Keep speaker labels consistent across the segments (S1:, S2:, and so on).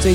S1: 最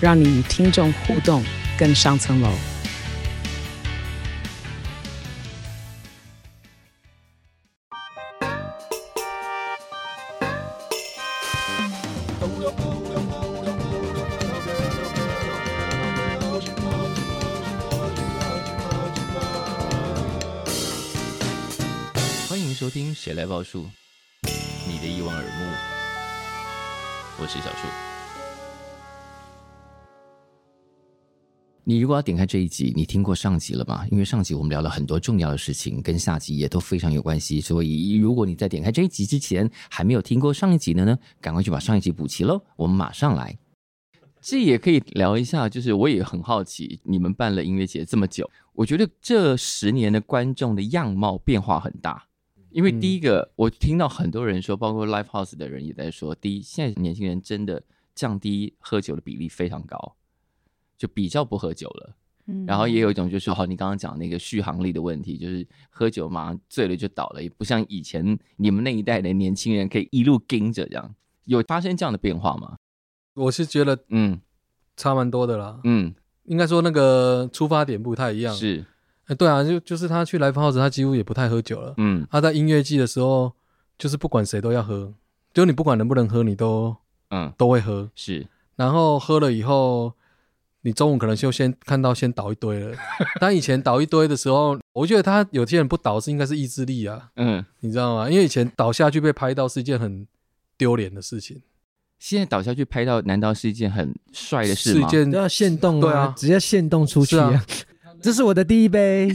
S1: 让你与听众互动更上层楼。
S2: 欢迎收听《谁来报数》，你的一望而目。我是小树。你如果要点开这一集，你听过上集了吗？因为上集我们聊了很多重要的事情，跟下集也都非常有关系，所以如果你在点开这一集之前还没有听过上一集的呢，赶快去把上一集补齐喽。我们马上来。这也可以聊一下，就是我也很好奇，你们办了音乐节这么久，我觉得这十年的观众的样貌变化很大。因为第一个，我听到很多人说，包括 live house 的人也在说，第一，现在年轻人真的降低喝酒的比例非常高，就比较不喝酒了。
S3: 嗯
S2: 然后也有一种就是，好，哦你刚刚讲那个续航力的问题，就是喝酒马上醉了就倒了，也不像以前你们那一代的年轻人可以一路跟着这样，有发生这样的变化吗？
S4: 我是觉得
S2: 嗯
S4: 差蛮多的啦，
S2: 嗯，
S4: 应该说那个出发点不太一样。，
S2: 是，
S4: 哎，对啊，就就是他去来泡子，他几乎也不太喝酒了。
S2: 嗯
S4: 他在音乐季的时候，就是不管谁都要喝，就你不管能不能喝，你都
S2: 嗯，
S4: 都会喝。
S2: 是，
S4: 然后喝了以后，你中午可能就先看到先倒一堆 了。但以前倒一堆的时候，我觉得他有些人不倒是应该是意志力啊，
S2: 嗯，
S4: 你知道吗？因为以前倒下去被拍到是一件很丢脸的事情，
S2: 现在倒下去拍到，难道是一件很帅的事
S4: 是一
S2: 吗？
S4: 件
S5: 都要限动
S4: 对啊
S5: 直接限动出去
S4: 是啊
S5: 啊！这是我的第一杯，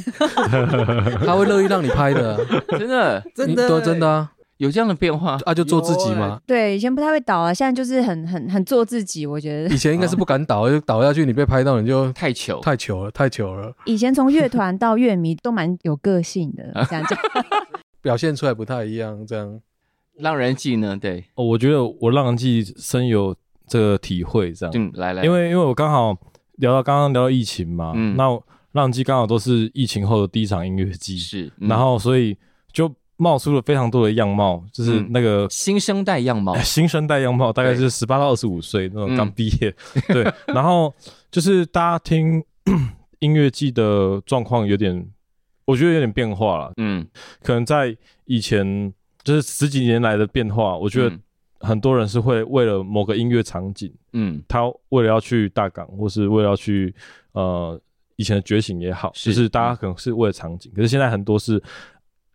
S4: 他会乐意让你拍 的啊，
S2: 真的
S5: 真
S4: 你
S5: 的
S4: 对真的啊，
S2: 有这样的变化？
S4: 啊就做自己
S5: 有欸
S4: 嘛。
S3: 对以前不太会倒啊，现在就是很很很做自己。我觉得
S4: 以前应该是不敢倒，就倒下去你被拍到你就
S2: 太糗，
S4: 太糗了，太糗了，
S3: 以前从乐团到乐迷都蛮有个性的， 这样讲。
S4: 表现出来不太一样，这样。
S2: 让人记呢？对，
S6: 哦，我觉得我让自己深有这个体会，这样，
S2: 嗯，来来，
S6: 因为因为我刚好聊到刚刚聊到疫情嘛，
S2: 嗯
S6: 那浪迹刚好都是疫情后的第一场音乐季，
S2: 是，嗯
S6: 然后所以就冒出了非常多的样貌，就是
S2: 嗯
S6: 那个，
S2: 新生代样貌
S6: 新生代样貌，大概
S2: 对
S6: 是十八到二十五岁那
S2: 嗯
S6: 种刚毕 业，对。然后就是大家听 音乐季的状况有点，我觉得有点变化了，
S2: 嗯，
S6: 可能在以前就是十几年来的变化，我觉得
S2: 嗯
S6: 很多人是会为了某个音乐场景，
S2: 嗯，
S6: 他为了要去大港，或是为了要去呃以前的觉醒也好，
S2: 是
S6: 就是大家可能是为了场景，可是现在很多是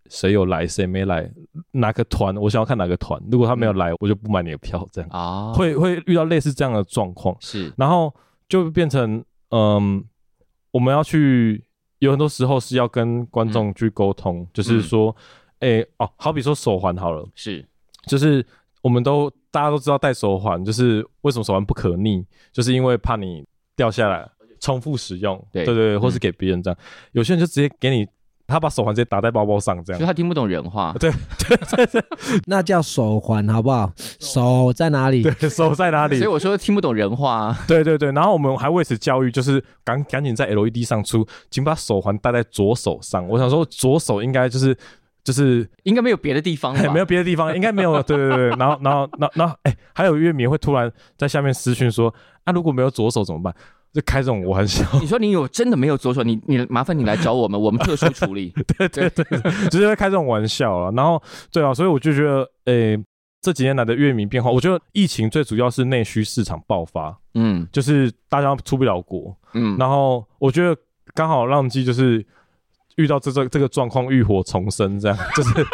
S6: 谁有来谁没来，哪个团我想要看哪个团，如果他没有来，我就不买你的票，这样、
S2: 啊，
S6: 会会遇到类似这样的状况，
S2: 是，
S6: 然后就变成嗯，我们要去有很多时候是要跟观众去沟通，就是说，哎、哦，好比说手环好了，
S2: 是，
S6: 就是我们都大家都知道戴手环，就是为什么手环不可逆，就是因为怕你掉下来，重复使用，
S2: 对
S6: 对对，
S2: 嗯
S6: 或是给别人这样，有些人就直接给你，他把手环直接打在包包上这
S2: 所
S6: 样
S2: 以。 他听不懂人话，
S5: 那叫手环好不好？手在哪里？
S6: 对，手在哪 里
S2: 所以？我说听不懂人话啊，
S6: 对对对，然后我们还为此教育，就是赶赶紧在 LED 上出，请把手环戴在左手上。我想说，左手应该就是就是
S2: 应该没有别的地方吧？
S6: 哎没有，别的地方，应该没有。对 对对，然后然后然后然后，哎、还有乐迷会突然在下面私讯说，啊，如果没有左手怎么办？就开这种我很笑，
S2: 你说你有真的没有左手，你你麻烦你来找我们，我们特殊处 理。
S6: 对对对，就是会开这种玩笑啊。然后对啊，所以我就觉得，诶、这几年来的乐迷变化，我觉得疫情最主要是内需市场爆发，
S2: 嗯
S6: 就是大家出不了国，
S2: 嗯，
S6: 然后我觉得刚好浪迹就是遇到这这这个状况，浴火重生这样，就是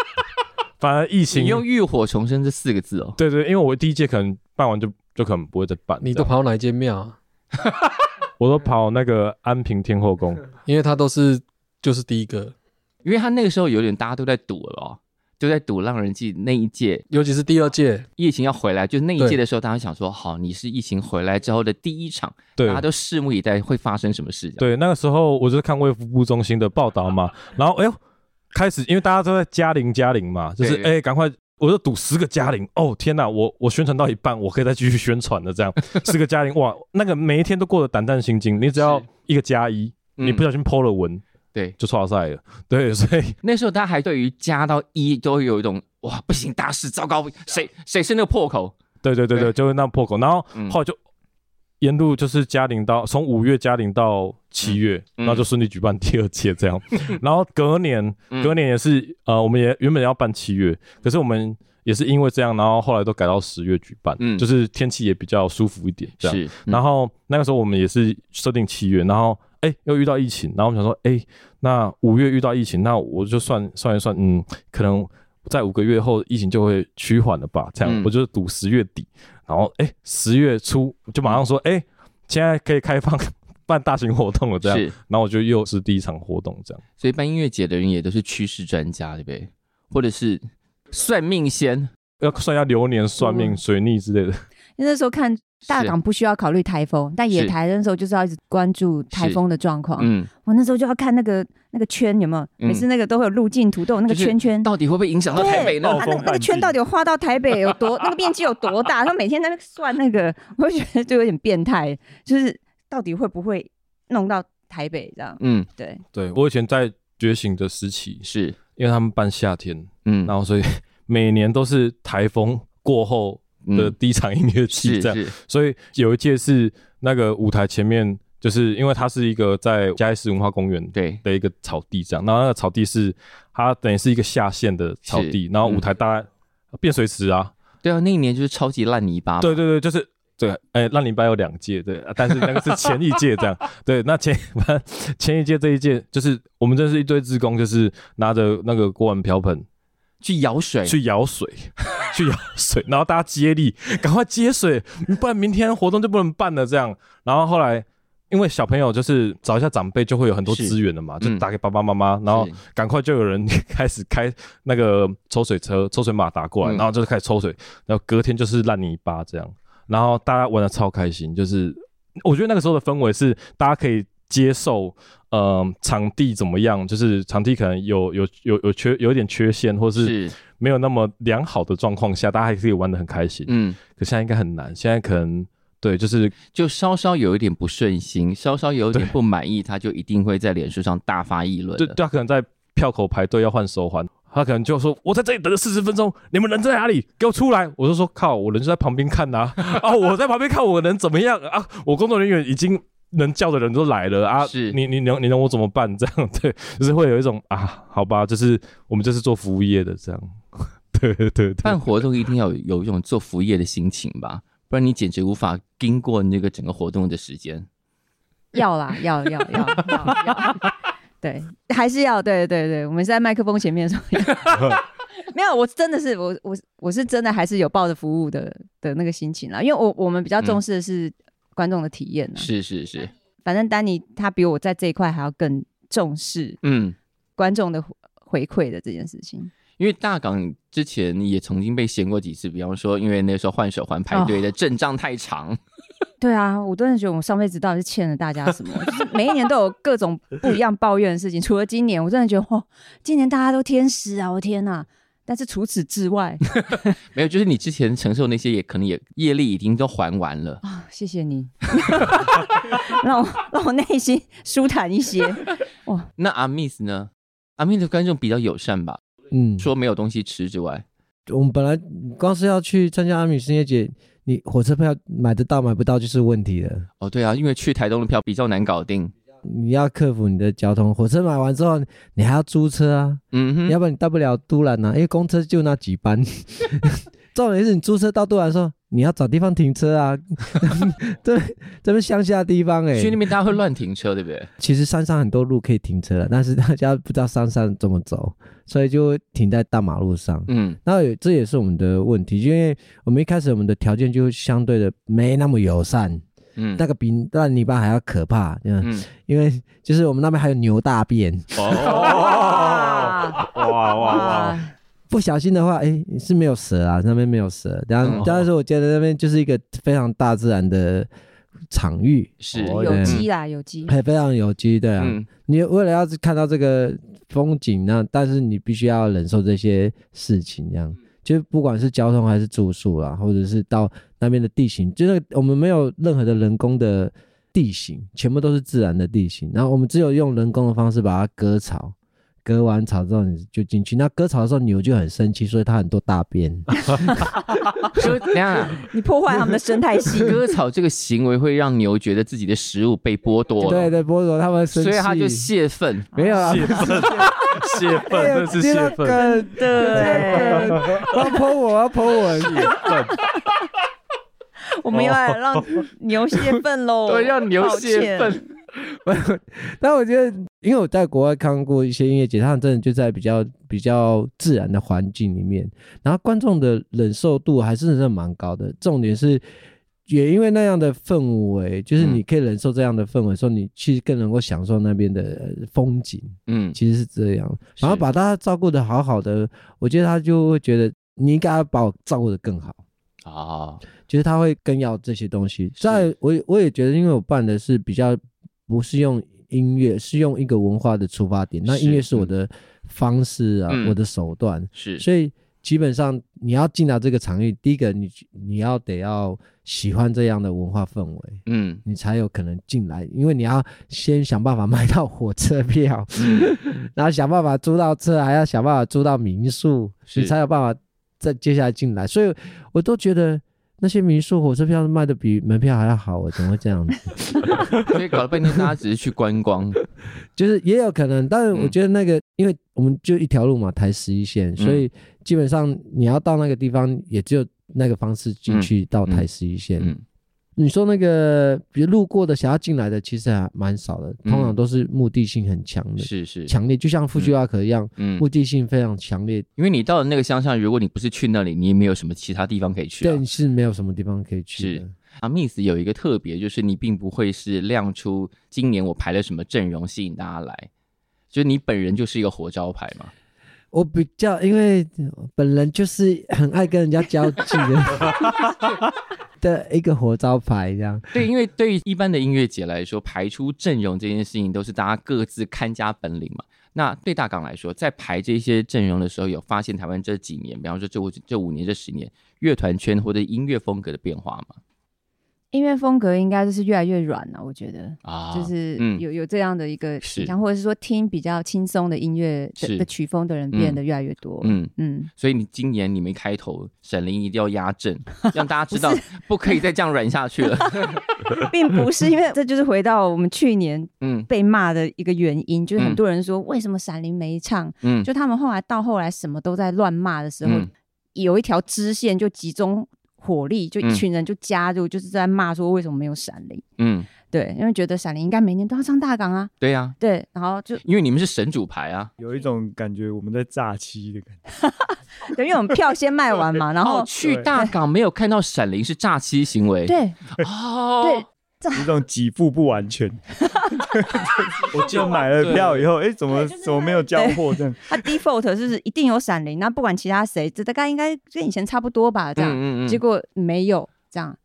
S6: 反而疫情
S2: 请用“浴火重生”这四个字哦。
S6: 对对，因为我第一届可能办完就就可能不会再办，
S4: 你
S6: 这
S4: 都
S6: 样
S4: 跑哪一间庙啊？
S6: 我都跑那个安平天后 宫，
S4: 因为他都是就是第一个，
S2: 因为他那个时候有点大家都在赌了哦，就在赌《浪人记》那一届，
S4: 尤其是第二届，
S2: 疫情要回来，就是那一届
S4: 对
S2: 的时候，大家想说，好，你是疫情回来之后的第一场，
S6: 对
S2: 大家都拭目以待会发生什么事。，
S6: 对，那个时候我就是看卫福部中心的报 道嘛，然后哎呦，开始因为大家都在加零加零嘛，就是
S2: 对
S6: 哎赶快，我就赌十个加零，哦天哪，我我宣传到一半，我可以再继续宣传的 这样，十个加零，哇，那个每一天都过得胆战心惊，你只要
S2: 是
S6: 一个加一，你
S2: 嗯、
S6: 不小心 PO 了文
S2: 对。
S6: 就错赛了，对，所以
S2: 那时候大家还对于加到一都有一种哇不行，大事糟糕，谁
S6: 啊
S2: 谁是那个破口？
S6: 对对对
S2: 对
S6: 对，就是那破口，然后
S2: 嗯
S6: 后来就。沿路就是加零到从五月加零到七月，
S2: 嗯
S6: 然后就顺利举办第二 届这样，然后隔年
S2: 嗯
S6: 隔年也是，呃，我们也原本要办七月，可是我们也是因为这样，然后后来都改到十月举办，
S2: 嗯
S6: 就是天气也比较舒服一点，这样。
S2: 是，
S6: 啊然后那个时候我们也是设定七月，然后哎、又遇到疫情，然后我们想说，哎、那五月遇到疫情，那我就算算一算，嗯，可能在五个月后疫情就会趋缓了吧？这样，
S2: 嗯
S6: 我就赌十月底，然后哎十、0月初就马上说，哎、现在可以开放办大型活动了，这样，
S2: 嗯是，
S6: 然后我就又是第一场活动这样。
S2: 所以办音乐节的人也都是趋势专家，对不对？或者是算命仙，
S6: 要呃算一下流年、算命、水逆之类的。
S2: 嗯
S3: 那时 候看大
S2: 是
S3: 港不需要考虑台风，但野
S2: 是
S3: 台的时候就是要一直关注台风的状况。
S2: 嗯，
S3: 我那时候就要看那个那个圈有没有，
S2: 嗯
S3: 每次那个都会有路径图，都有那个
S2: 就是
S3: 圈圈。
S2: 到底会不会影响到台北呢？
S6: 对
S3: 啊，那个那个圈到底有画到台北有 多那个面积有多大？他每天在那边算那个，我就觉得就有点变态，就是到底会不会弄到台北这样？
S2: 嗯，
S3: 对，
S6: 对我以前在觉醒的时期，
S2: 是，
S6: 因为他们办夏天，
S2: 嗯，
S6: 然后所以每年都是台风过后的
S2: 嗯
S6: 第一场音乐季
S2: 是
S6: 这样，
S2: 是，
S6: 所以有一届是那个舞台前面，就是因为它是一个在嘉义市文化公园
S2: 对，
S6: 的一个草地这样，然后那个草地是它等于是一个下陷的草地
S2: 是，
S6: 然后舞台大概变水池啊，
S2: 对啊，那一年就是超级烂泥巴嘛，
S6: 对对对，就是对，哎、让你班有两届，对，啊但是那个是前一届这样， 对，那前反正前一届这一届就是我们真是一堆职工，就是拿着那个锅碗瓢盆
S2: 去舀水，
S6: 去舀水， 去舀水，然后大家接力，赶快接水，不然明天活动就不能办了这样。然后后来。因为小朋友就是找一下长辈，就会有很多
S2: 是
S6: 资源的嘛，就
S2: 嗯
S6: 打给爸爸妈妈，然后
S2: 是
S6: 赶快就有人开始开那个抽水车、抽水马达过来，
S2: 嗯
S6: 然后就开始抽水，然后隔天就是烂泥巴这样，然后大家玩的超开心，就是我觉得那个时候的氛围是大家可以接受，呃，场地怎么样，就是场地可能有有有有缺有一点缺陷，或是
S2: 是，
S6: 没有那么良好的状况下，大家还是可以玩的很开心。
S2: 嗯，
S6: 可现在应该很难，现在可能对，就是
S2: 就稍稍有一点不顺心，稍稍有一点
S6: 对
S2: 不满意，他就一定会在脸书上大发议论
S6: 对，
S2: 的
S6: 他可能在票口排队要换手环，他可能就说：“我在这里等了四十分钟，你们人在哪里？给我出来！”我就说：“靠，我人就在旁边 看呐、啊，我在旁边看，我能怎么样啊？我工作人员已经能叫的人都来了啊，
S2: 是
S6: 你你能你能我怎么办？这样对，就是会有一种啊，好吧，就是我们就是做服务业的这样， 对对对对，
S2: 办活动一定要有有一种做服务业的心情吧，不然你简直无法经过那个整个活动的时间。
S3: 要啦，要要要要要，对，还是要，对对对，我们是在麦克风前面说要，没有，我真的是我我我是真的还是有抱着服务的的那个心情啦，因为我我们比较重视的是观众的体验呢、
S2: 是是是，
S3: 反正丹尼他比我在这一块还要更重视
S2: 嗯，
S3: 观众的回回馈的这件事情。
S2: 因为大港之前也曾经被嫌过几次，比方说因为那时候换手环排
S6: 哦
S2: 队的阵仗太长，
S3: 对啊，我真的觉得我上辈子到底是欠了大家什么？就是每一年都有各种不一样抱怨的事情，除了今年，我真的觉得哦，今年大家都天使啊，我天呐！但是除此之外
S2: 没有，就是你之前承受那些也可能也业力已经都还完了。
S3: 啊，谢谢你， 让我让我内心舒坦一些。
S2: 那阿 Miss 呢？阿 Miss 的观众比较友善吧，
S5: 嗯，
S2: 除了没有东西吃之外，
S5: 我们本来光是要去参加阿米音乐节，你火车票买得到买不到就是问题了。
S2: 哦对啊，因为去台东的票比较难搞定。
S5: 你要克服你的交通，火车买完之后，你还要租车啊，
S2: 嗯哼，
S5: 要不然你到不了都兰啊，因为公车就那几班。 重点是你租车到都兰的时候，你要找地方停车啊， 这这边乡下地方哎、
S2: 去那边大家会乱停车，对不对？
S5: 其实山上很多路可以停车了，但是大家不知道山上怎么走，所以就停在大马路上。
S2: 嗯，
S5: 那也这也是我们的问题，因为我们一开始我们的条件就相对的没那么友善，
S2: 嗯
S5: 那个比烂泥巴还要可怕，嗯，
S2: 嗯，
S5: 因为
S6: 哦
S5: 就是我们那边还有牛大便，
S3: 啊
S6: 哦，哇哇哇，
S5: 不小心的话，哎、是没有蛇啊，那边没有蛇。然
S2: 嗯
S5: 后，但是我觉得那边就是一个非常大自然的场域，
S2: 是，
S6: 哦
S3: 有
S5: 对
S3: 机啦，有机。
S5: 还非常有机，对啊。
S2: 嗯，
S5: 你为了要是看到这个风景，那但是你必须要忍受这些事情，这样就是不管是交通还是住宿啊，或者是到那边的地形，就是我们没有任何的人工的地形，全部都是自然的地形。然后我们只有用人工的方式把它割草，割完草之后你就进去。那割草的时候牛就很生气，所以它很多大便。
S2: 就等一下
S3: 你破坏他们的生态系，
S2: 割草这个行为会让牛觉得自己的食物被剥夺
S5: 对
S2: 了，
S5: 对，菠萝它们会生
S2: 所
S5: 气，
S2: 以他就 泄愤。
S5: 没 有啊。
S6: 泄愤，泄愤，
S5: 哎
S6: 真
S5: 呦
S6: 的是泄
S5: 这
S6: 愤，
S5: 个哦
S3: 对，
S5: 要泼 我，要泼我！
S3: 我们要来让牛泄愤喽，
S2: 对，让牛
S3: 抱
S2: 泄
S3: 歉
S2: 愤，
S5: 但我觉得，因为我在国外看过一些音乐节，他们真的就在比较比较自然的环境里面，然后观众的忍受度还是真的蛮高的。重点是，也因为那样的氛围，就是
S2: 嗯
S5: 你可以忍受这样的氛围的时候，你其实更能够享受那边的呃风景，
S2: 嗯，
S5: 其实是这样。
S2: 是
S5: 然后把大家照顾的好好的，我觉得他就会觉得你应该要把我照顾的更好。
S2: 哦，
S5: 就是他会更要这些东西。虽然我也我也觉得，因为我办的是比较不是用音乐，是用一个文化的出发点。那
S2: 是
S5: 音乐是我的方式啊，
S2: 嗯
S5: 我的手段，
S2: 是，
S5: 所以基本上你要进到这个场域，第一个你你要得要喜欢这样的文化氛围。
S2: 嗯
S5: 你才有可能进来，因为你要先想办法买到火车票，
S2: 嗯，
S5: 然后想办法租到车，还要想办法租到民宿，
S2: 是
S5: 你才有办法再接下来进来。所以我都觉得那些民宿火车票卖的比门票还要好，我欸怎么会这样子？
S2: 所以搞了半天，大家只是去观光，
S5: 就是也有可能，但是
S2: 嗯
S5: 我觉得那个，因为我们就一条路嘛，台十一线，所
S2: 嗯
S5: 以基本上你要到那个地方，也只有那个方式进去到台十一线。
S2: 嗯，
S5: 你说那个，比如路过的想要进来的，其实还蛮少的，通常都是目的性很强的，
S2: 嗯是是，
S5: 强烈，就像富居阿可一样，
S2: 嗯
S5: 目，的性非常强烈，
S2: 因为你到了那个乡下，如果你不是去那里，你也没有什么其他地方可以去啊
S5: 对，。是没有什么地方可以去
S2: 是
S5: 的。
S2: 啊，Miss 有一个特别，就是你并不会是亮出今年我排了什么阵容吸引大家来，就是你本人就是一个活招牌嘛。
S5: 我比较因为本人就是很爱跟人家交际的 的一个活招牌，这样
S2: 对，因为对于一般的音乐节来说，排出阵容这件事情都是大家各自看家本领嘛。那对大港来说，在排这些阵容的时候，有发现台湾这几年，比方说这五这五年、这十年，乐团圈或者音乐风格的变化嘛？
S3: 音乐风格应该就是越来越软了，我觉得。
S2: 啊，
S3: 就是
S2: 嗯
S3: 有有这样的一个
S2: 是
S3: 倾向，或者是说听比较轻松的音乐
S2: 是
S3: 的的曲风的人
S2: 嗯
S3: 变得越来越多。
S2: 嗯，
S3: 嗯，
S2: 所以你今年你们一开头，沈凌一定要压阵，让大家知道不可以再这样软下去了。
S3: 嗯并不是因为这就是回到我们去年
S2: 嗯
S3: 被骂的一个原因，就是
S2: 嗯
S3: 很多人说为什么闪灵没唱，
S2: 嗯，
S3: 就他们后来到后来什么都在乱骂的时候，
S2: 嗯
S3: 有一条支线就集中火力，就一群人就加入，就是在骂说为什么没有闪灵。
S2: 嗯，
S3: 对，因为觉得闪灵应该每年都要上大港啊，
S2: 对呀、
S3: 对，然后就
S2: 因为你们是神主牌啊，
S7: 有一种感觉我们在诈欺的感觉。
S3: 对，因为我们票先卖 完嘛，然后、
S2: 哦去大港没有看到闪灵是诈欺行为，
S3: 对
S2: 哦，
S3: 对，
S7: 一种给付不完全。 我就买了票以后，哎、怎么
S3: 对就是
S7: 怎么没有交货这样？
S3: 他 default 是一定有闪灵，那不管其他谁，这大概应该跟以前差不多吧，这样，
S2: 嗯嗯嗯
S3: 结果没有这样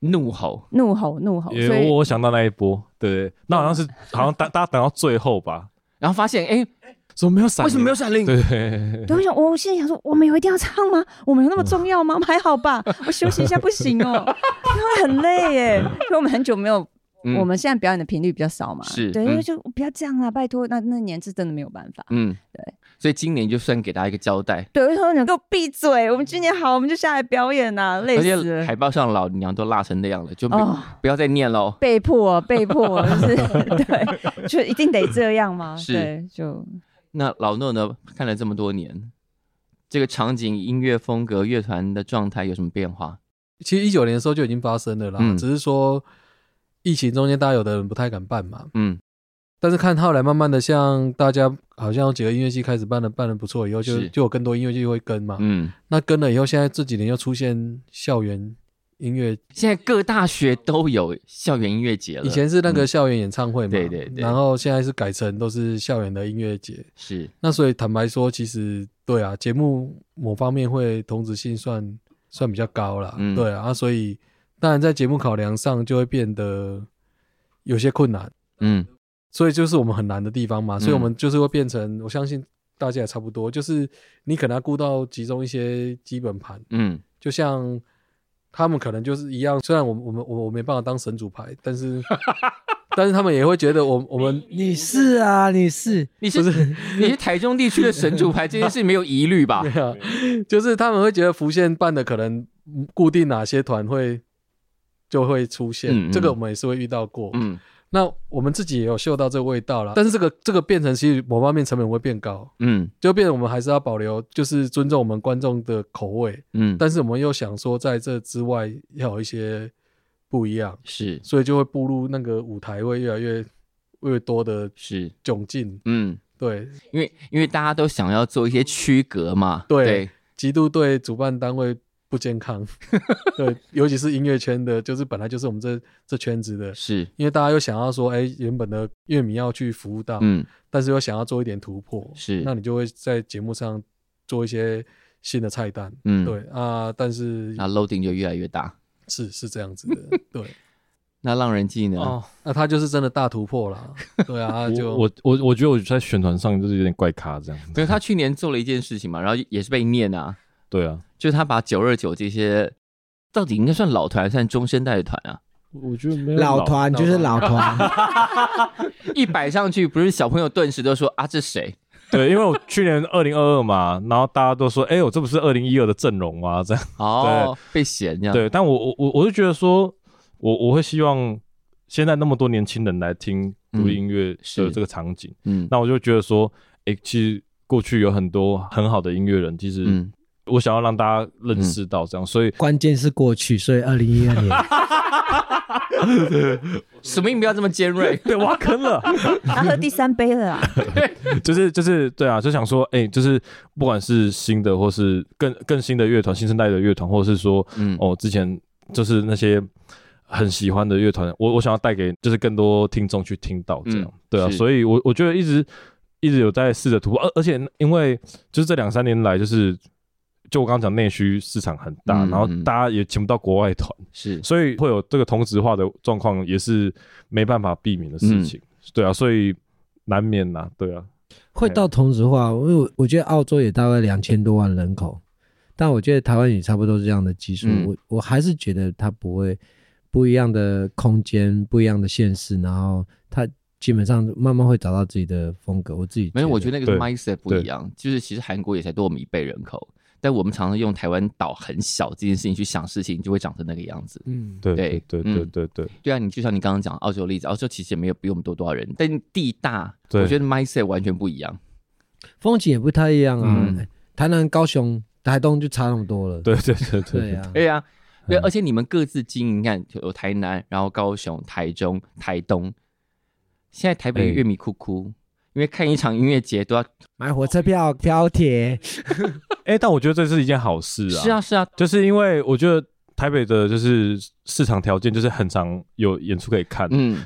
S2: 怒吼，
S3: 怒吼怒吼，
S6: 也
S3: 所以
S6: 我我想到那一波，对，那好像是好像大大家等到最后吧，
S2: 然后发现哎，
S6: 怎么没有闪？
S2: 为什么没有？闪灵？
S6: 对对
S3: 对，我想，我现在想说，我们有一定要唱吗？我们有那么重要吗？ 还好吧，我休息一下不行哦， 因为很累耶，因为我们很久没有，
S2: 嗯
S3: 我们现在表演的频率比较少嘛，
S2: 是
S3: 对，
S2: 嗯
S3: 因为就不要这样啦，拜托，那那年是真的没有办法。
S2: 嗯，
S3: 对，
S2: 所以今年就算给大家一个交代，
S3: 对，我就说你给我闭嘴！我们今年好，我们就下来表演呐、累
S2: 而
S3: 死
S2: 且
S3: 了
S2: 海。报上老娘都辣成那样了，就不、
S3: 哦，
S2: 不要再念哦喽。
S3: 被迫，被迫，就是对，就一定得这样吗？
S2: 是
S3: 对，就
S2: 那老诺呢？看了这么多年，这个场景、音乐风格、乐团的状态有什么变化？
S4: 其实一九年的时候就已经发生了啦，
S2: 嗯
S4: 只是说疫情中间大家有的人不太敢办嘛，
S2: 嗯，
S4: 但是看后来慢慢的像大家好像有几个音乐系开始办的办的不错以后，就是就有更多音乐系会跟嘛，
S3: 哦
S2: 嗯，
S4: 那跟了以后，现在这几年又出现校园音乐，
S2: 现在各大学都有校园音乐节了，
S4: 以前是那个
S2: 嗯
S4: 校园演唱会嘛，
S2: 对对对
S4: 然后现在是改成都是校园的音乐节，
S2: 是
S4: 那所以坦白说，其实对啊，节目某方面会同质性算算比较高啦，
S2: 嗯
S4: 对啊，啊所以当然在节目考量上就会变得有些困难，
S2: 嗯
S4: 所以就是我们很难的地方嘛，所以我
S2: 嗯
S4: 们就是会变成，我相信大家也差不多，就是你可能要顾到其中一些基本盘，
S2: 嗯
S4: 就像他们可能就是一样，虽然我们我们我我没办法当神主牌，但是但是他们也会觉得我我们
S5: 你是啊，你是
S2: 你是你是台中地区的神主牌，这件事没有疑虑吧？
S4: 对啊，就是他们会觉得浮现办的可能固定哪些团会就会出现，
S2: 嗯嗯
S4: 这个我们也是会遇到过。
S2: 嗯
S4: 那我们自己也有嗅到这个味道啦，但是这个这个变成其实某方面成本会变高，
S2: 嗯
S4: 就变成我们还是要保留，就是尊重我们观众的口味，
S2: 嗯，
S4: 但是我们又想说在这之外要有一些不一样，
S2: 是
S4: 所以就会步入那个舞台会越来越越多的
S2: 是
S4: 窘境。
S2: 嗯，
S4: 对，
S2: 因为因为大家都想要做一些区隔嘛，
S4: 对极度对主办单位不健康，对，尤其是音乐圈的，就是本来就是我们这这圈子的，
S2: 是
S4: 因为大家又想要说，哎、原本的乐迷要去服务到，
S2: 嗯
S4: 但是又想要做一点突破，
S2: 是
S4: 那你就会在节目上做一些新的菜单，
S2: 嗯，
S4: 对啊，但是
S2: 那 loading 就越来越大。
S4: 是是这样子的，对，
S2: 那浪人记呢？
S6: 哦，
S4: 那他就是真的大突破啦，对啊，他就
S6: 我我我我觉得我在宣传上就是有点怪咖这样
S2: 没
S6: 子。
S2: 有，他去年做了一件事情嘛，然后也是被念啊，
S6: 对啊，
S2: 就是他把九二九这些到底应该算老团还是算中生代的团啊，
S6: 我觉得没有
S5: 老团就是老团，
S2: 一摆上去，不是小朋友顿时都说啊这谁？
S6: 对，因为我去年二零二二嘛，然后大家都说，哎、我这不是二零一二的阵容吗？这样
S2: 哦，被嫌这样。
S6: 对，但我我我我就觉得说，我我会希望现在那么多年轻人来听独立音乐
S2: 是
S6: 的这个场景，
S2: 嗯，
S6: 那我就觉得说，哎、其实过去有很多很好的音乐人，其实
S2: 嗯，
S6: 我想要让大家认识到这样，所以。
S5: 关键是过去，所以二零一二年
S2: 什么音不要这么尖锐
S6: 对挖坑了。
S3: 他喝第三杯 了啊，
S6: 就是就是对啊，就想说，哎、就是不管是新的，或是更更新的乐团、新生代的乐团，或者是说，
S2: 嗯，
S6: 哦，之前就是那些很喜欢的乐团，我我想要带给就是更多听众去听到这样，
S2: 嗯
S6: 对啊，
S2: 是
S6: 所以我我觉得一直一直有在试着突破，而而且因为就是这两三年来，就是就我刚刚讲内需市场很大，
S2: 嗯
S6: 然后
S2: 嗯
S6: 大家也请不到国外团，
S2: 是
S6: 所以会有这个同质化的状况，也是没办法避免的事
S2: 嗯
S6: 情，对啊，所以难免呐、对啊。
S5: 会到同质化。因为我我觉得澳洲也大概两千多万人口，但我觉得台湾也差不多是这样的基数。
S2: 嗯
S5: 我我还是觉得它不会不一样的空间，不一样的现实，然后它基本上慢慢会找到自己的风格。我自己
S2: 没有，我觉得
S5: 得
S2: 那个
S6: 对
S2: mindset 不
S6: 对
S2: 一样，就是其实韩国也才多我们一倍人口，但我们常常用台湾岛很小这件事情去想事情，就会长成那个样子。
S5: 嗯，
S6: 对
S2: 对
S6: 对
S2: 嗯
S6: 对对对，
S2: 对啊，你就像你刚刚讲澳洲的例子，澳洲其实也没有比我们多多少人，但地大，
S6: 对
S2: 我觉得 mindset 完全不一样。
S5: 风景也不太一样啊。
S2: 嗯
S5: 台南、高雄、台东就差那么多了。
S6: 对对对
S5: 对 啊，
S2: 对啊，对，
S6: 嗯
S2: 而且你们各自经营，你看有台南，然后高雄、台中、台东，现在台北
S6: 哎
S2: 乐迷哭哭，因为看一场音乐节都要
S5: 买火车票、高铁，
S6: 哎、但我觉得这是一件好事啊。
S2: 是啊，是啊，
S6: 就是因为我觉得台北的就是市场条件就是很常有演出可以看，
S2: 嗯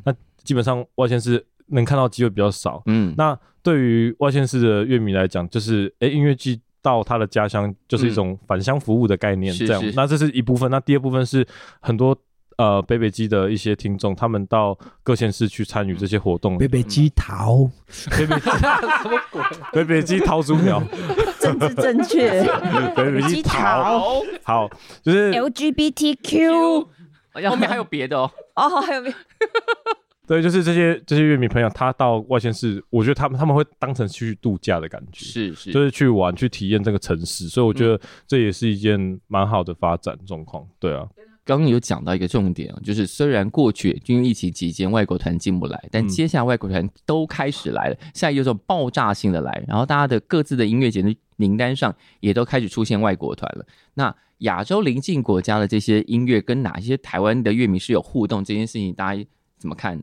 S6: 基本上外县市能看到机会比较少。
S2: 嗯，
S6: 那对于外县市的乐迷来讲，就是哎、诶音乐季到他的家乡就是一种返乡服务的概念，
S2: 是
S6: 这样。
S2: 是
S6: 那这是一部分，那第二部分是很多。呃，北北基的一些听众，他们到各县市去参与这些活动，
S5: 北北基桃，
S6: 北北北北基桃竹 苗，
S3: 政治正确
S6: 北北基桃，好，就是
S3: ，LGBTQ
S2: 后面还有别的哦，
S3: 哦，还有没有？
S6: 对，就是这些这些乐迷朋友，他到外县市，我觉得他们他们会当成去度假的感觉，
S2: 是嗯是，
S6: 就是去玩去体验这个城市，所以我觉得这也是一件蛮好的发展状况。对啊，
S2: 刚刚有讲到一个重点，就是虽然过去因为疫情期间外国团进不来，但
S6: 嗯
S2: 接下来外国团都开始来了，现在有种爆炸性的来，然后大家的各自的音乐节的名单上也都开始出现外国团了。那亚洲邻近国家的这些音乐跟哪一些台湾的乐迷是有互动这件事情，大家怎么看呢？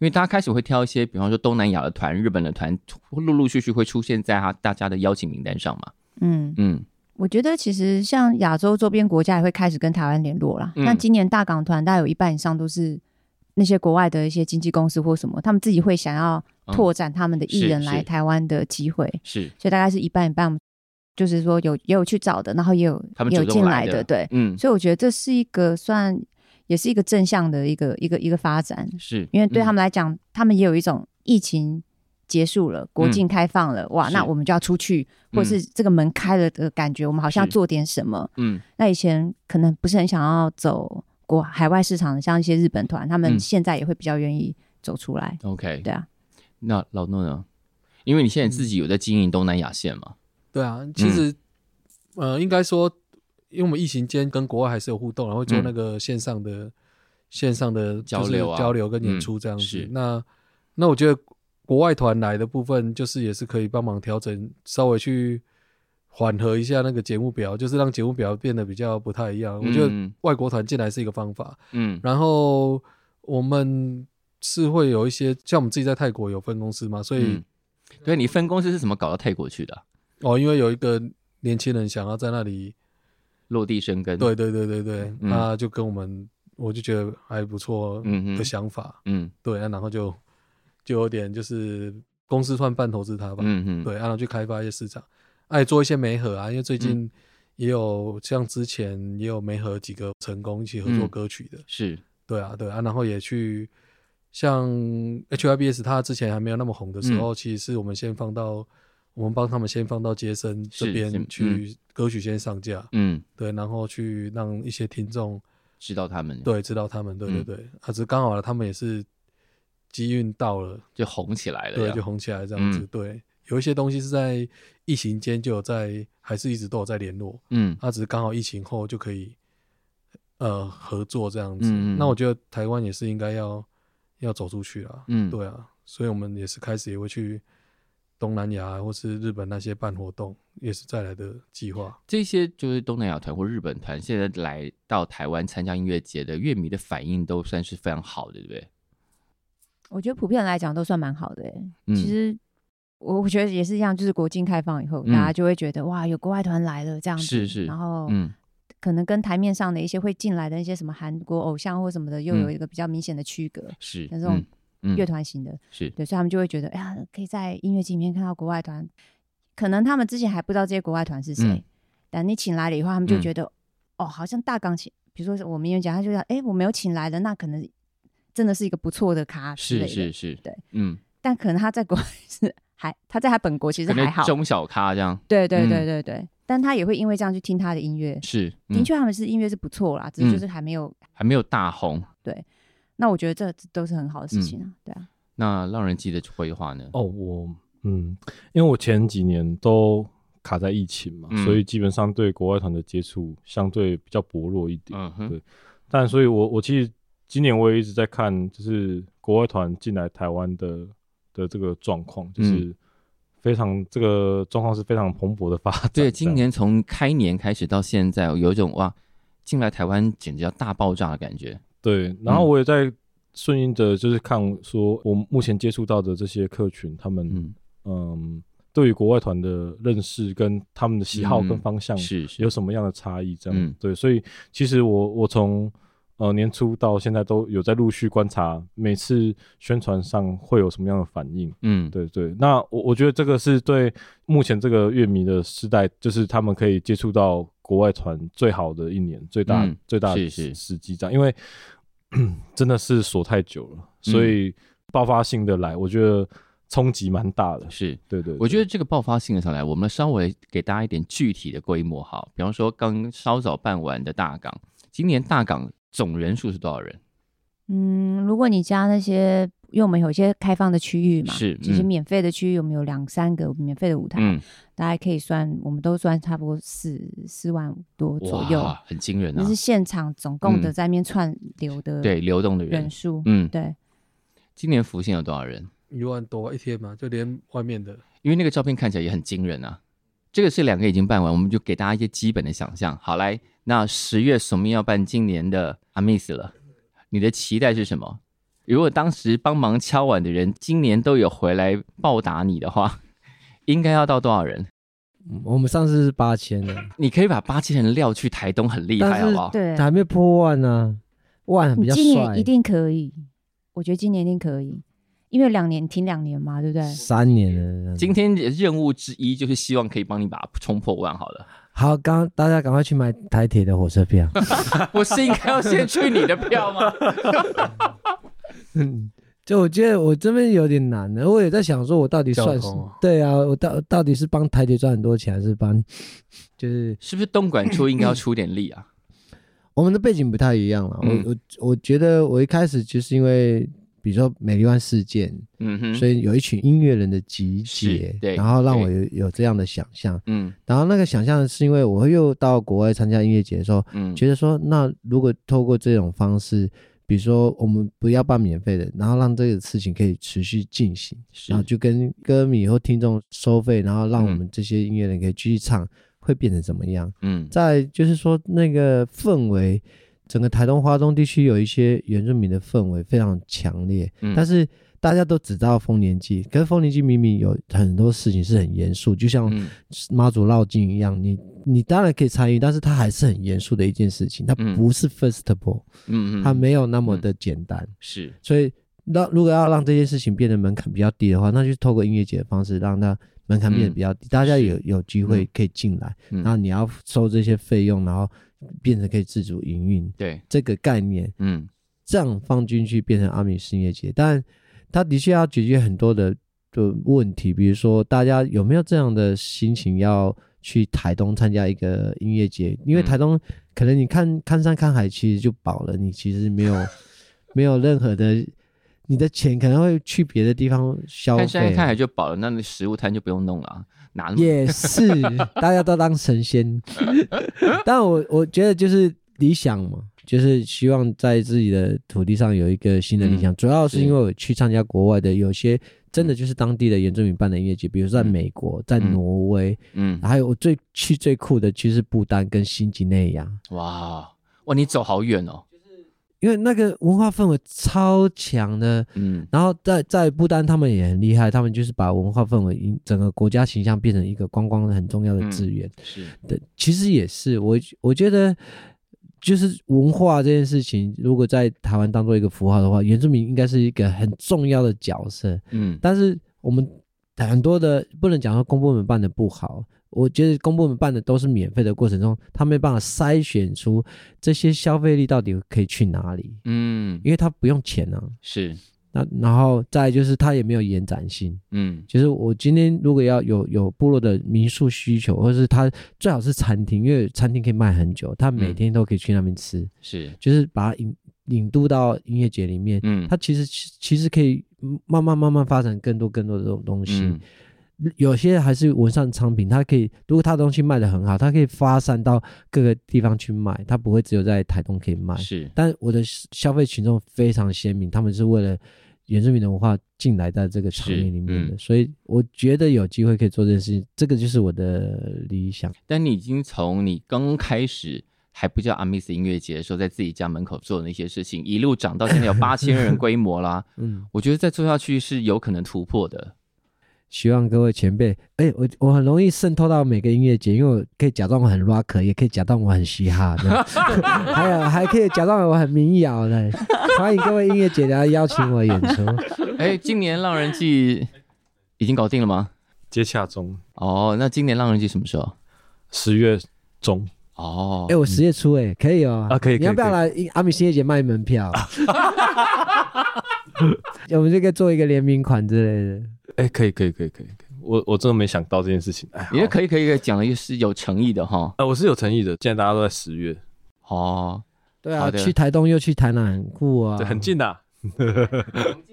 S2: 因为大家开始会挑一些，比方说东南亚的团、日本的团，陆陆续续会出现在他大家的邀请名单上嘛。
S3: 嗯，
S2: 嗯
S3: 我觉得其实像亚洲周边国家也会开始跟台湾联络啦。
S2: 嗯
S3: 那今年大港团大概有一半以上都是那些国外的一些经纪公司或什么，他们自己会想要拓展他们的艺人
S2: 嗯是
S3: 来
S2: 是
S3: 台湾的机会，
S2: 是
S3: 所以大概是一半一半。就是说有也有去找的，然后也有
S2: 他们
S3: 也有
S2: 主动
S3: 进
S2: 来的
S3: 的，对，
S2: 嗯，
S3: 所以我觉得这是一个算也是一个正向的一个一个一个发展，
S2: 是
S3: 因为对他
S2: 们
S3: 们来讲，他们也有一种疫情结束了，国境开放了，
S2: 嗯
S3: 哇，
S2: 是
S3: 那我们就要出去，
S2: 嗯
S3: 或是这个门开了的感觉，我们好像
S2: 是
S3: 做点什么。
S2: 嗯
S3: 那以前可能不是很想要走国海外市场，像一些日本团，他
S2: 嗯
S3: 们现在也会比较愿意走出来。
S2: ，OK，
S3: 对啊，
S2: 那老诺呢？因为你现在自己有在经营东南亚线嘛，
S4: 对啊，
S2: 嗯
S4: 其实、呃，应该说，因为我们疫情间跟国外还是有互动，然后做
S2: 嗯
S4: 那个线上的、线上的
S2: 交流啊
S4: 就是交流跟演出这样
S2: 嗯
S4: 子。
S2: 是
S4: 那那我觉得国外团来的部分，就是也是可以帮忙调整，稍微去缓和一下那个节目表，就是让节目表变得比较不太一样。我觉得
S2: 嗯
S4: 外国团进来是一个方法，
S2: 嗯
S4: 然后我们是会有一些像我们自己在泰国有分公司嘛，所以、
S2: 嗯，对你分公司是怎么搞到泰国去的啊？
S4: 哦，因为有一个年轻人想要在那里。
S2: 落地生根，
S4: 对，对对对对，
S2: 嗯
S4: 那就跟我们，我就觉得还不错
S2: 嗯哼
S4: 的想法，
S2: 嗯
S4: 对，啊、然后就就有点就是公司算半投资他吧，
S2: 嗯嗯，
S4: 对，啊然后去开发一些市场，哎、做一些媒合啊，因为最近
S2: 嗯
S4: 也有、像之前也有媒合几个成功一起合作
S2: 嗯
S4: 歌曲的，
S2: 是，
S4: 对啊对啊，然后也去。像 HIBS，他之前还没有那么红的
S2: 嗯
S4: 时候，其实是我们先放到我们帮他们先放到杰森
S2: 是嗯
S4: 这边去歌曲先上架，
S2: 嗯，
S4: 对，然后去让一些听众
S2: 知道他们，，
S4: 对知道他们，对对
S2: 嗯
S4: 对，啊，只是刚好他们也是机运到了，
S2: 就红起来了
S4: 对，
S2: 呀，
S4: 就红起来这样子，
S2: 啊嗯
S4: 对，有一些东西是在疫情间就有在，还是一直都有在联络，
S2: 嗯
S4: 啊，只是刚好疫情后就可以呃合作这样子，
S2: 嗯嗯
S4: 那我觉得台湾也是应该要要走出去啦，
S2: 嗯，
S4: 对啊，所以我们也是开始也会去东南亚或是日本那些办活动，也是再来的计划。
S2: 这些就是东南亚团或日本团，现在来到台湾参加音乐节的乐迷的反应都算是非常好的，对不对？
S3: 我觉得普遍来讲都算蛮好的、欸。
S2: 嗯
S3: 其实我我觉得也是一样，就是国境开放以后，
S2: 嗯
S3: 大家就会觉得哇，有国外团来了这样子，
S2: 是是
S3: 然后
S2: 嗯
S3: 可能跟台面上的一些会进来的一些什么韩国偶像或什么的，又
S2: 嗯
S3: 有一个比较明显的区隔。
S2: 是，
S3: 那种
S2: 嗯
S3: 乐团型的，
S2: 是
S3: 对，所以他们就会觉得，哎呀，可以在音乐节里面看到国外团，可能他们之前还不知道这些国外团是谁，
S2: 嗯
S3: 但你请来了以后，他们就
S2: 嗯
S3: 觉得，哦，好像大港请，比如说是我们音乐家，他就想，哎，我没有请来的，那可能真的是一个不错的咖啊之类
S2: 是
S3: 的，
S2: 是是，
S3: 对，
S2: 嗯，
S3: 但可能他在国外是还他在他本国其实
S2: 可
S3: 还
S2: 能
S3: 好，
S2: 中小咖这样
S3: 对对
S2: 嗯
S3: 对对对，但他也会因为这样去听他的音乐，
S2: 是，
S3: 的
S2: 嗯
S3: 确他们是音乐是不错啦，只是就
S2: 嗯
S3: 是还没有，
S2: 还没有大红。
S3: 那我觉得这这都是很好的
S2: 嗯
S3: 事情啊，对啊，
S2: 那让人记得规划呢？
S6: 哦，我嗯，因为我前几年都卡在疫情嘛，
S2: 嗯
S6: 所以基本上对国外团的接触相对比较薄弱一点。
S2: 嗯哼，
S6: 对但所以我，我其实今年我也一直在看，就是国外团进来台湾的的这个状况，
S2: 嗯
S6: 就是非常、这个状况是非常蓬勃的发展。
S2: 对，今
S6: 这样
S2: 年从开年开始到现在，有一种哇，进来台湾简直要大爆炸的感觉。
S6: 对，然后
S2: 嗯
S6: 我也在顺应着，就是看说我目前接触到的这些客群，他们嗯
S2: 嗯，
S6: 对于国外团的认识跟他们的喜好跟
S2: 嗯
S6: 方向
S2: 是是
S6: 有什么样的差异，这样、
S2: 嗯
S6: 对，所以其实我我从呃年初到现在都有在陆续观察，每次宣传上会有什么样的反应。
S2: 嗯，
S6: 对对，那我我觉得这个是对目前这个乐迷的时代，就是他们可以接触到国外团最好的一年，最大、
S2: 嗯
S6: 最大的
S2: 是是
S6: 时时机这样，因为 真的是锁太久了，所以爆发性的来，我觉得冲击蛮大的。
S2: 是。
S6: 对对对
S2: 我觉得这个爆发性的上来，我们稍微给大家一点具体的规模哈，比方说刚稍早办完的大港，今年大港总人数是多少人？
S3: 嗯，如果你加那些，因为我们有一些开放的区域嘛，
S2: 是
S3: 其实
S2: 嗯
S3: 免费的区域我们有两三个免费的舞台，
S2: 嗯，
S3: 大概可以算，我们都算差不多四四万多左右，
S2: 哇，很惊人
S3: 那
S2: 啊
S3: 是！现场总共的
S2: 嗯
S3: 在面串流的
S2: 对，流动的人
S3: 人，数，
S2: 嗯，
S3: 对，
S2: 今年福星有多少人？
S4: 一万多一天嘛，就连外面的
S2: 因为那个照片看起来也很惊人啊。这个是两个已经办完，我们就给大家一些基本的想象。好，来，那十月什么要办今年的阿 Miss 了？你的期待是什么？如果当时帮忙敲碗的人今年都有回来报答你的话， 应该要到多少人？
S5: 嗯我们上次是八千的，
S2: 你可以把八千人撂去台东，很厉
S5: 但
S2: 害，
S5: 是
S2: 好不好？
S3: 对，啊
S5: 还没破万呢、万比
S3: 你
S5: 较
S3: 今年
S5: 帅
S3: 一。定可以，我觉得今年一定可以，因为两年停两年嘛，对不对？
S5: 三年了。
S2: 今天任务之一就是希望可以帮你把它冲破万好了。
S5: 好，刚大家赶快去买台铁的火车票。
S2: 我是应该要先去你的票吗？
S5: 嗯，就我觉得我这边有点难的，我也在想说，我到底
S4: 交
S5: 算是
S4: 通啊
S5: 对啊，我到到底是帮台铁赚很多钱，还是帮 就是
S2: 是不是东莞处应该要出点力啊？
S5: 我们的背景不太一样了。
S2: 嗯
S5: 我我我觉得我一开始就是因为，比如说美丽湾事件，
S2: 嗯哼，
S5: 所
S2: 以
S5: 以有一群音乐人的集
S2: 是
S5: 结，
S2: 对
S5: 然后让我有有这样的想象。
S2: 嗯
S5: 然后那个想象是因为我又到国外参加音乐节的时候，
S2: 嗯，
S5: 觉得说，那如果透过这种方式，比如说我们不要办免费的，然后让这个事情可以持续进行，
S2: 是
S5: 然后就跟歌迷或听众收费，然后让我
S2: 嗯
S5: 们这些音乐人可以继续唱，会变成怎么样？
S2: 嗯
S5: 再就是说那个氛围，整个台东花东地区有一些原住民的氛围非常强烈，
S2: 嗯
S5: 但是大家都只知道丰年祭，可是丰年祭明明有很多事情是很严肃，就像
S2: 嗯
S5: 妈祖绕境一样，你你当然可以参与，但是它还是很严肃的一件事情，它
S2: 嗯
S5: 不是 festival，、
S2: 嗯嗯，嗯
S5: 它没有那么的简单，
S2: 是
S5: 所以那如果要让这件事情变得门槛比较低的话，那就透过音乐节的方式让它门槛变得比较低，大家有有机会可以进来。
S2: 嗯
S5: 然后你要收这些费用，然后变成可以自主营运
S2: 对，
S5: 这个概念，
S2: 嗯
S5: 这样放进去变成阿米斯业节，但它的确要解决很多的的问题，比如说大家有没有这样的心情要去台东参加一个音乐节？因为
S2: 嗯
S5: 台东可能你看看山看海其实就饱了，你其实没有没有任何的，你的钱可能会去别的地方消费。
S2: 看山看海就饱了，那那食物摊就不用弄了啊，哪那么
S5: 也是，大家都当 神仙。但我我觉得就是理想嘛，就是希望在自己的土地上有一个新的理
S2: 嗯
S5: 想。主要是
S2: 是
S5: 因为我去参加国外的，有些真的就是当地的原住民办的音乐节，比如说在
S2: 嗯
S5: 美国、在
S2: 嗯
S5: 挪威，
S2: 嗯
S5: 还有我最去最酷的其实是不丹跟新几内亚，
S2: 哇哇，你走好远哦，
S5: 因为那个文化氛围超强的。
S2: 嗯
S5: 然后在在不丹，他们也很厉害，他们就是把文化氛围、影整个国家形象变成一个观光很重要
S2: 嗯
S5: 的资源。
S2: 是
S5: 对，其实也是我，我觉得就是文化这件事情，如果在台湾当做一个符号的话，原住民应该是一个很重要的角色。
S2: 嗯
S5: 但是我们很多的不能讲说公部门办的不好，我觉得公部门办的都是免费的过程中，他没办法筛选出这些消费力到底可以去哪里，
S2: 嗯
S5: 因为他不用钱啊。
S2: 是
S5: 那然后再来就是他也没有延展性，
S2: 嗯
S5: 就是我今天如果要有有部落的民宿需求，或者是他最好是餐厅，因为餐厅可以卖很久，他每天都可以去那边吃，
S2: 是
S5: 就是把它引引渡到音乐节里面。
S2: 嗯
S5: 它其实其其实可以慢慢慢慢发展更多更多的这种东西。
S2: 嗯
S5: 有些还是文创商品，它可以如果它的东西卖的很好，它可以发散到各个地方去卖，它不会只有在台东可以卖。
S2: 是
S5: 但我的消费群众非常鲜明，他们是为了原住民的文化进来在这个场面里面的，
S2: 嗯
S5: 所以我觉得有机会可以做这件事情，这个就是我的理想。
S2: 但你已经从你刚开始还不叫 Amis 音乐节的时候，在自己家门口做的那些事情，一路涨到现在有八千人规模啦。
S5: 嗯，
S2: 我觉得再做下去是有可能突破的。
S5: 希望各位前辈，哎、我我很容易渗透到每个音乐节，因为我可以假装我很 rock，也可以假装我很嘻哈的，还有还可以假装我很民谣的。欢迎各位音乐节来邀请我演出。
S2: 哎，今年浪人季已经搞定了吗？
S6: 接洽中，
S2: 哦，那今年浪人季什么时候？
S6: 十月中，
S2: 哦
S5: 哎、，我十月初哎、可以哦、
S6: 啊可以
S5: 你要不要来阿米星夜节卖门票？ 我们这个做一个联名款之类的。
S6: 哎、可以可以可以可以，可以我我真的没想到这件事情，哎，
S2: 也
S6: 以，
S2: 可以可以可以讲的是有诚意的哈。
S6: 呃，我是有诚意的，现在大家都在十月，
S2: 哦，
S5: 对
S2: 好
S5: 啊，
S2: 的
S5: 去台东又去台南，很酷啊，
S6: 对，很。近的、啊，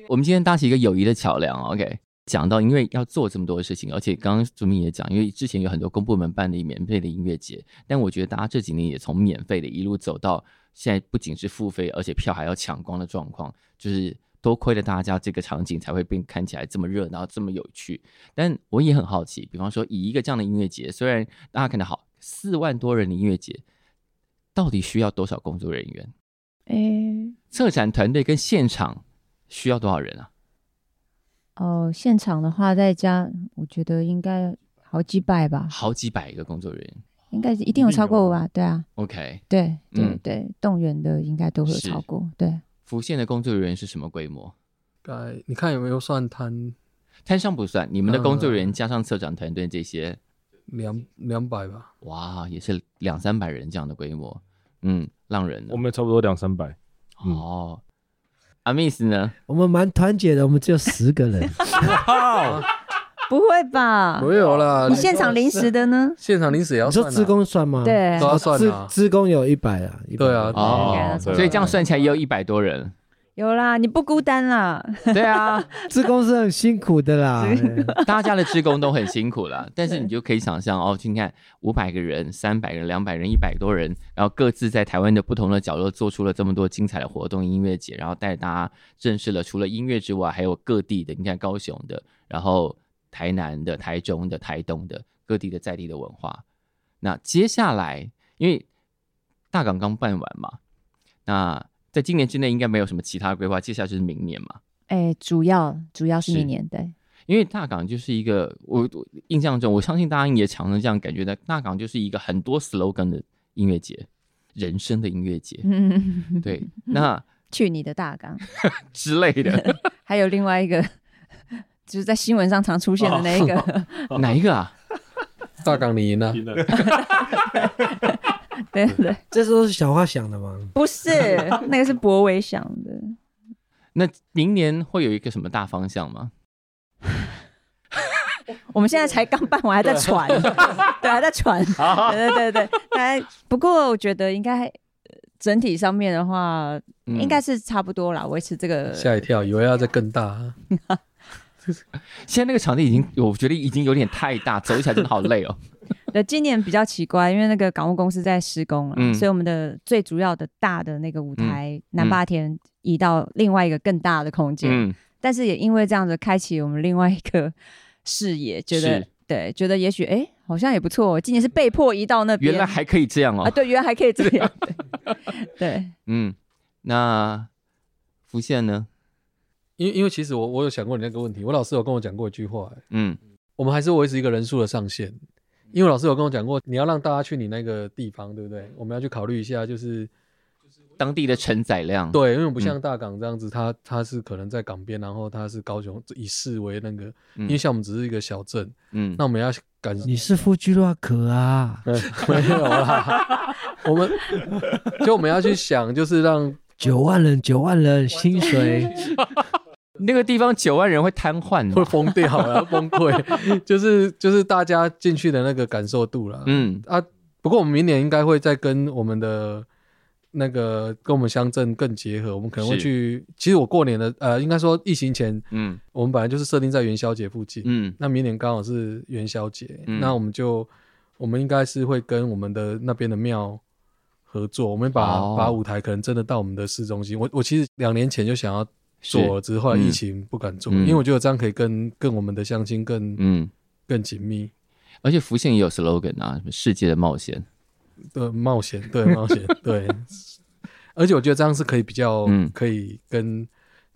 S2: 我们今天搭起一个友谊的桥梁哦，OK。讲到，因为要做这么多事情，而且刚刚朱明也讲，因为之前有很多公部门办的免费的音乐节，但我觉得大家这几年也从免费的一路走到现在，不仅是付费，而且票还要抢光的状况，就是多亏了大家这个场景才会变看起来这么热闹，这么有趣。但我也很好奇，比方说以一个这样的音乐节，虽然大家看得好四万多人的音乐节，到底需要多少工作人员？
S3: 诶，
S2: 策展团队跟现场需要多少人啊？
S3: 哦，现场的话在家，我觉得应该好几百吧，
S2: 好几百个工作人员。
S3: 应该一定有超过我吧？对啊，
S2: OK，
S3: 对对
S2: 嗯
S3: 对，动员的应该都会有超过，对。
S2: 浮现的工作人员是什么规模？
S4: 概你看有没有算摊
S2: 摊上不算，你们的工作人员加上策展团队这些，
S4: 两两百吧？
S2: 哇，也是两三百人这样的规模。嗯，浪人呢
S6: 我们差不多两三百。嗯
S2: 哦，阿 miss 呢？
S5: 我们蛮团结的，我们只有十个人，
S3: 不会吧？
S4: 没有啦，
S3: 啊你现场临时的呢？
S4: 现场临时也要
S5: 你说
S4: 算啊
S5: 职工算吗？
S3: 对
S4: 都要算
S5: 职
S4: 啊。
S5: 职工有一百啊，100
S4: 对啊
S2: 哦
S3: 对啊，
S2: 所以这样算起来也有一百多人。
S3: 有啦，你不孤单啦。
S2: 对啊，
S5: 职工是很辛苦的啦。哎
S2: 大家的职工都很辛苦了，但是你就可以想象哦，你看五百个人、三百个人、两百人、一百多人，然后各自在台湾的不同的角落做出了这么多精彩的活动、音乐节，然后带大家认识了除了音乐之外，还有各地的，你看高雄的，然后台南的、台中的、台东的各地的在地的文化。那接下来，因为大港刚办完嘛，那在今年之内应该没有什么其他规划，接下来就是明年嘛。
S3: 哎，主要主要是
S2: 是
S3: 明年对，
S2: 因为大港就是一个我我印象中，我相信大家也常常这样感觉到，大港就是一个很多 slogan 的音乐节，人生的音乐节，
S3: 嗯，
S2: 对，那
S3: 去你的大纲，
S2: 之类 的
S3: 还有另外一个， 就是在新闻上常出现的那一个，
S2: 哪一个啊？
S4: 大港啊你赢了，
S3: 对对，
S5: 这时候是小花想的吗？
S3: 不是那个是博伟想的，
S2: 那明年会有一个什么大方向吗？
S3: 我们现在才刚办完，还在 传，对，还在传，对对对对，哎，不过我觉得应该。呃整体上面的话，
S2: 嗯
S3: 应该是差不多啦，维持这个
S4: 吓一跳，以为要再更大啊。
S2: 现在那个场地已经，我觉得已经有点太大，走起来真的好累 哦。
S3: 对，今年比较奇怪，因为那个港务公司在施工了，啊
S2: 嗯
S3: 所以我们的最主要的大的那个舞台、
S2: 嗯
S3: 南霸天移到另外一个更大的空间，
S2: 嗯，
S3: 但是也因为这样子开启我们另外一个视野，觉得
S2: 是
S3: 对，觉得也许哎、诶好像也不错哦。今年是被迫移到那边，
S2: 原来还可以这样
S3: 啊，
S2: 哦。
S3: 对，原来还可以这样，对对，
S2: 嗯，那浮现呢？
S4: 因为因为其实我我有想过你那个问题，我老师有跟我讲过一句话、欸
S2: 嗯
S4: 我们还是维持一个人数的上限。因为老师有跟我讲过，你要让大家去你那个地方，对不对？我们要去考虑一下，就是
S2: 当地的承载量，，
S4: 对，因为不像大港这样
S5: 嗯
S4: 子，它它是可能在港边，然后它是高雄以市为那个，
S5: 嗯
S4: 因为像我们只是一个小镇，
S2: 嗯
S4: 那我们要感
S5: 你是夫居洛可啊，
S4: 呃 没有啦，我们就我们要去想，就是让
S2: 嗯
S5: 九万人，九万人薪水，
S2: 那个地方九万人会瘫痪
S4: 会
S2: 的。
S4: 疯 掉了，崩溃，就是就是大家进去的那个感受度啦。
S2: 嗯，
S4: 啊，不过我们明年应该会再跟我们的那个跟我们乡镇更结合，我们可能会
S2: 是
S4: 去。其实我过年的呃，应该说疫情前，
S2: 嗯
S4: 我们本来就是设定在元宵节附近，
S2: 嗯
S4: 那明年刚好是元宵节，
S2: 嗯
S4: 那我们就我们应该是会跟我们的那边的庙。合作，我们把、
S2: 哦
S4: 把舞台可能真的到我们的市中心。我我其实两年前就想要
S2: 是
S4: 做了，只是后来
S2: 嗯
S4: 疫情不敢做，
S2: 嗯
S4: 因为我觉得这样可以跟跟我们的乡亲更、
S2: 嗯，
S4: 更紧密
S2: 而且浮现也有 slogan 啊，什么世界的冒险。
S4: 对，冒险，对，冒险，对。 而且我觉得这样是可以比较，
S2: 嗯
S4: 可以跟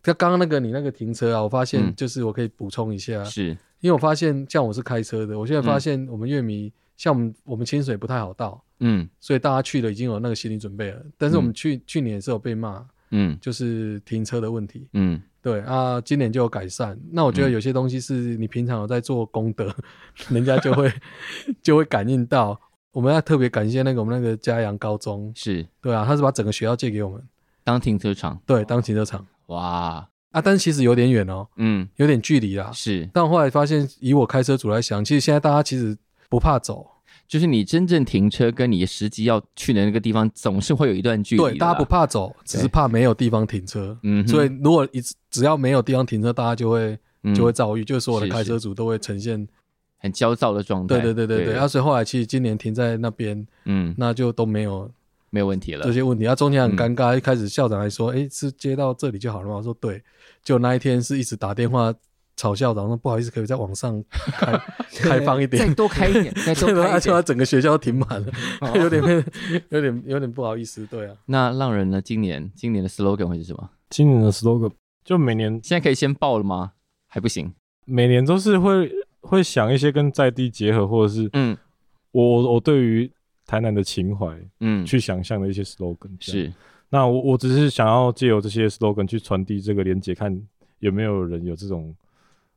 S4: 刚刚刚那个你那个停车啊，我发现
S2: 嗯
S4: 就是我可以补充一下，
S2: 是，
S4: 因为我发现像我是开车的，我现在发
S2: 嗯
S4: 现我们乐迷、像我们我们清水不太好到，
S2: 嗯
S4: 所以大家去了已经有那个心理准备了。但是我们
S2: 嗯
S4: 去、去年也是有被骂，
S2: 嗯
S4: 就是停车的问题，
S2: 嗯，
S4: 对啊，今年就有改善。那我觉得有些东西是你平常有在做功德， 人家就会 就会感应到。我们要特别感谢那个我们那个嘉阳高中，
S2: 是
S4: 对啊，他是把整个学校借给我们，
S2: 当停车场，
S4: 对，当停车场
S2: 哇，
S4: 啊。但是其实有点远哦，
S2: 嗯，
S4: 有点距离啦。
S2: 是，
S4: 但我后来发现，以我开车主来想，其实现在大家其实不怕走，
S2: 就是你真正停车跟你实际要去的那个地方，总是会有一段距离。
S4: 对，大家不，怕走，只是怕没有地方停车。
S2: 嗯哼，
S4: 所以如果一直只要没有地方停车，大家就会
S2: 嗯
S4: 就会遭遇，就是所有的
S2: 是
S4: 开车
S2: 是
S4: 主都会呈现。
S2: 很焦躁的状态。
S4: 对对对对对，啊，所以后来其实今年停在那边，
S2: 嗯，
S4: 那就都没有
S2: 没有问题了
S4: 这。些问题。啊，中间很尴
S2: 嗯
S4: 尬，一开始校长还说：“哎，是接到这里就好了吗？”我说：“对。”就那一天是一直打电话吵校长说：“不好意思，可以再往上 开开放一
S2: 再
S4: 点。”
S2: 多开一 点，哦再多
S4: 对吧？
S2: 开
S4: 而
S2: 一
S4: 且他
S2: 点。
S4: 整个学校停满了，有点被有点有点不好意思。对啊，
S2: 那浪人呢？今年今年的 slogan 会是什么？
S6: 今年的 slogan 就每年
S2: 现在可以先报了吗？还不行。
S6: 每年都是会会想一些跟在地结合，或者是
S2: 嗯
S6: 我我我对于台南的情怀
S2: 嗯，
S6: 去想象的一些 slogan 这样。
S2: 是
S6: 那我我只是想要借由这些 slogan 去传递这个连接，看有没有人有这种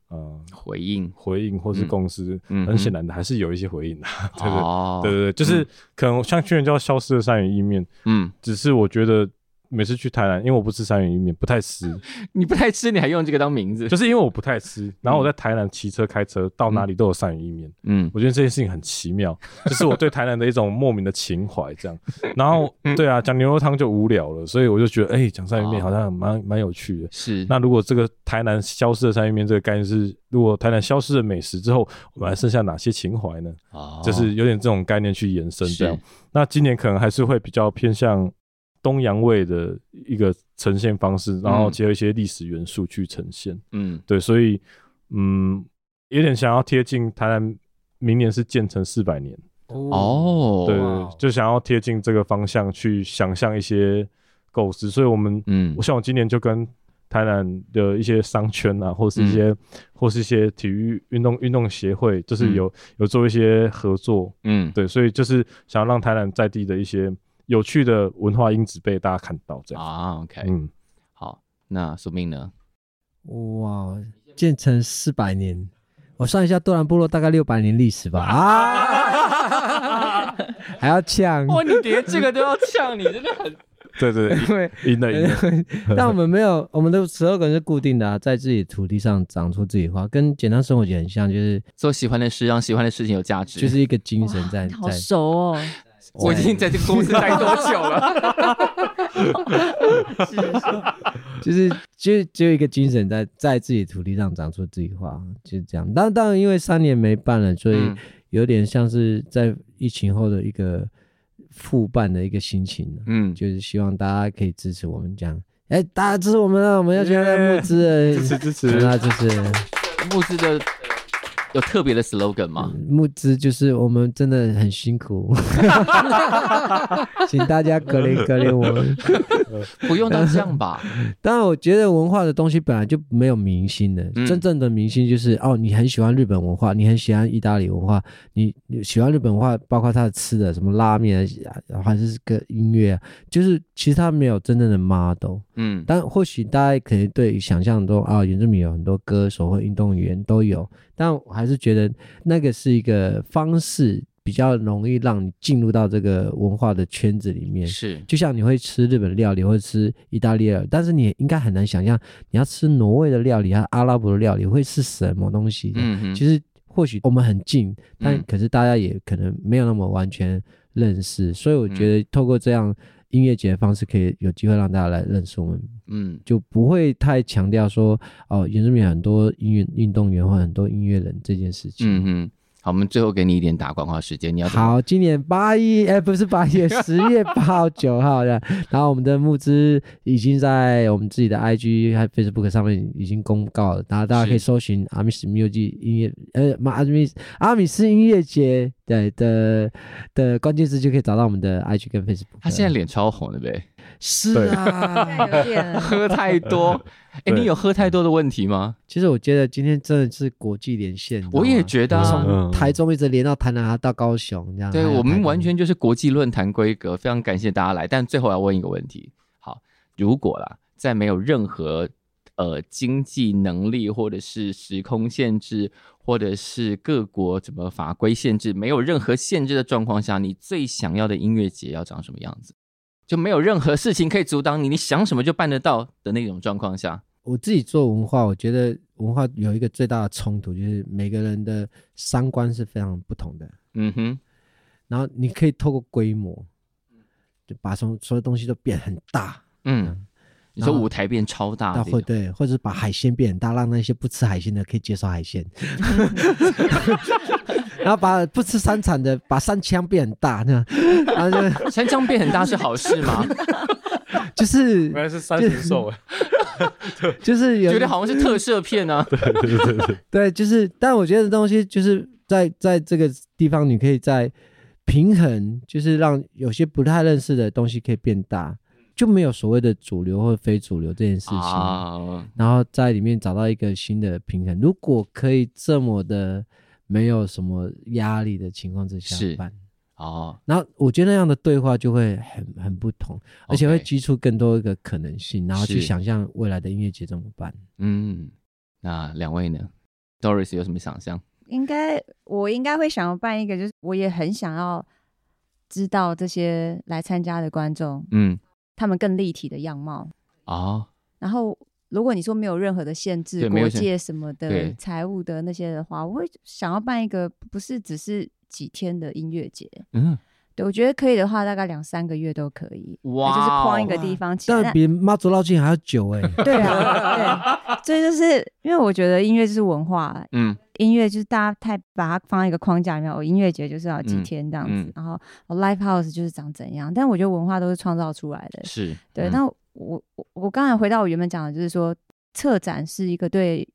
S6: 呃
S2: 回应，
S6: 回应或是
S2: 嗯
S6: 共识？
S2: 嗯
S6: 很显然的，还是有一些回应的。对对
S2: 哦
S6: 对对对，就是
S2: 嗯
S6: 可能像去年叫消失的三元意面，
S2: 嗯，
S6: 只是我觉得每次去台南，因为我不吃三元意面，不 太吃，
S2: 你不太吃，你还用这个当名字，
S6: 就是因为我不太吃。然后我在台南骑车、开车到哪里都有鳝鱼意面，
S2: 嗯
S6: 我觉得这件事情很奇妙，就是我对台南的一种莫名的情怀这样。然后
S2: 嗯
S6: 对啊，讲牛肉汤就无聊了，所以我就觉得，哎、讲鳝鱼
S2: 哦
S6: 面好像蛮蛮有趣的。
S2: 是
S6: 那如果这个台南消失的鳝鱼面这个概念是，如果台南消失了美食之后，我们还剩下哪些情怀呢？
S2: 哦
S6: 就是有点这种概念去延伸这样
S2: 是。
S6: 那今年可能还是会比较偏向东洋味的一个呈现方式，然后结合一些历史元素去呈现。
S2: 嗯
S6: 对，所以嗯，有点想要贴近台南，明年是建成四百年，
S2: 哦
S6: 对，
S4: 哇
S6: 就想要贴近这个方向去想象一些构思。所以我们，
S2: 嗯
S6: 我像我今年就跟。台南的一些商圈啊，或是一些，或是一些体育运动运动协会，就是有、有做一些合作，
S2: 嗯
S6: 对，所以就是想要让台南在地的一些有趣的文化因子被大家看到，这样。
S2: 啊，OK，
S6: 嗯，
S2: 好，那说明呢？
S5: 哇，建成四百年，我算一下，多兰部落大概六百年历 史吧啊，还要呛。
S2: 哇，你连这个都要呛，你真的很
S6: 对对 对，
S5: 因为
S6: 赢了赢 了，
S5: 但我们没有，我们的 slogan 是固定的啊，在自己土地上长出自己花，跟简单生活节很像，就是
S2: 做喜欢的事，让喜欢的事情有价值。
S5: 就是一个精神在
S3: 你好
S5: 在。
S3: 熟哦，
S2: 我已经在这个公司待多久了？
S3: 是是，
S5: 就是就只有一个精神在在自己土地上长出自己花，就是这样。但当然，因为三年没办了，所以
S2: 嗯
S5: 有点像是在疫情后的一个复办的一个心情、啊、
S2: 嗯，
S5: 就是希望大家可以支持我们这样。哎、大家支持我们啊！我们要去募资了，支持支持， 那就是
S2: 募资的有特别的 slogan 吗？
S5: 募资，就是我们真的很辛苦， 请大家可怜可怜我们。
S2: 不用到这样吧？
S5: 当然，我觉得文化的东西本来就没有明星的，
S2: 嗯
S5: 真正的明星就是哦，你很喜欢日本文化，你很喜欢意大利文化，你你喜欢日本文化，包括他的吃的什么拉面啊，还是个音乐、啊，就是其实他没有真正的 model。
S2: 嗯，
S5: 但或许大家可能对于想象中啊，原住民有很多歌手或运动员都有，但我还是觉得那个是一个方式，比较容易让你进入到这个文化的圈子里面。
S2: 是
S5: 就像你会吃日本料理，会吃意大利料理，但是你应该很难想象你要吃挪威的料理，还有阿拉伯的料理会是什么东西。嗯，
S2: 嗯哼，
S5: 其实或许我们很近，但
S2: 嗯
S5: 可是大家也可能没有那么完全认识，所以我觉得透过这样音乐节的方式，可以有机会让大家来认识我们，
S2: 嗯
S5: 就不会太强调说哦，原住民有很多音乐运动员或很多音乐人这件事情。
S2: 嗯哼，好，我们最后给你一点打广告时间，你要怎么
S5: 好，今年八一哎，不是八 月，十月八号、九号的。然后我们的募资已经在我们自己的 IG 和 Facebook 上面已经公告了，然后大家可以
S2: 是
S5: 搜寻阿米斯音乐季音乐呃，马阿米阿米斯音乐节对的的关键字就可以找到我们的 IG 跟 Facebook。
S2: 他现在脸超红的呗，
S5: 是
S6: 对
S5: 啊，
S3: 有点
S2: 喝太多。哎，你有喝太多的问题吗？
S5: 其实我觉得今天真的是国际连线，你知道
S2: 我也
S5: 吗
S2: 觉得啊
S5: 从
S6: 嗯
S5: 台中一直连到台南，还到高雄这样。
S2: 对
S5: 啊还有
S2: 我
S5: 台
S2: 们
S5: 东
S2: 完全就是国际论坛规格，非常感谢大家来。但最后要问一个问题，好，如果啦，在没有任何呃经济能力或者是时空限制，或者是各国什么法规限制，没有任何限制的状况下，你最想要的音乐节要长什么样子？就没有任何事情可以阻挡你，你想什么就办得到的那种状况下，
S5: 我自己做文化，我觉得文化有一个最大的冲突，就是每个人的三观是非常不同的。
S2: 嗯哼，
S5: 然后你可以透过规模，就把所所有东西都变很大，
S2: 嗯，你说舞台变超大
S5: 到
S2: 这种，
S5: 会对，或者是把海鲜变很大，让那些不吃海鲜的可以接受海 鲜，然后把不吃山产的把山枪变很大，那样，然后就
S2: 山枪变很大是好事吗？
S5: 就是
S6: 原来是三重兽哎，
S5: 就是 有
S2: 觉得好像是特摄片啊，
S5: 对，就是，但我觉得东西就是在在这个地方，你可以在平衡，就是让有些不太认识的东西可以变
S2: 嗯
S5: 大，就没有所谓的主流或非主流这件事情。
S2: 啊，
S5: 然后在里面找到一个新的平衡。如果可以这么的没有什么压力的情况之下
S2: 是
S5: 办，
S2: 哦，
S5: 然后我觉得那样的对话就会很很不同，而且会激出更多一个可能性，然后
S2: 是
S5: 去想象未来的音乐节怎么办。
S2: 嗯，那两位呢？Doris 有什么想象？
S3: 应该我应该会想要办一个，就是我也很想要知道这些来参加的观众
S2: 嗯，
S3: 他们更立体的样貌。
S2: 哦，
S3: 然后如果你说没有任何的限制，
S2: 对没有
S3: 国
S2: 限
S3: 界什么
S2: 对
S3: 的、财务的那些的话，我会想要办一个不是只是几天的音乐节。
S2: 嗯，
S3: 对，我觉得可以的话，大概两三个月都可以，
S2: 哇
S3: 哎就是框一
S2: 哦
S3: 个地方起来。
S5: 但
S3: 那
S5: 比妈祖绕境还要久哎、
S3: 对啊，对，所以就是因为我觉得音乐就是文化，
S2: 嗯，
S3: 音乐就是大家太把它放在一个框架里面，我哦音乐节就是要几天这样子，
S2: 嗯嗯
S3: 然后我 live house 就是长怎样，但我觉得文化都是创造出来的，
S2: 是，
S3: 对。
S2: 嗯
S3: 那我我我刚才回到我原本讲的，就是说策展是一个对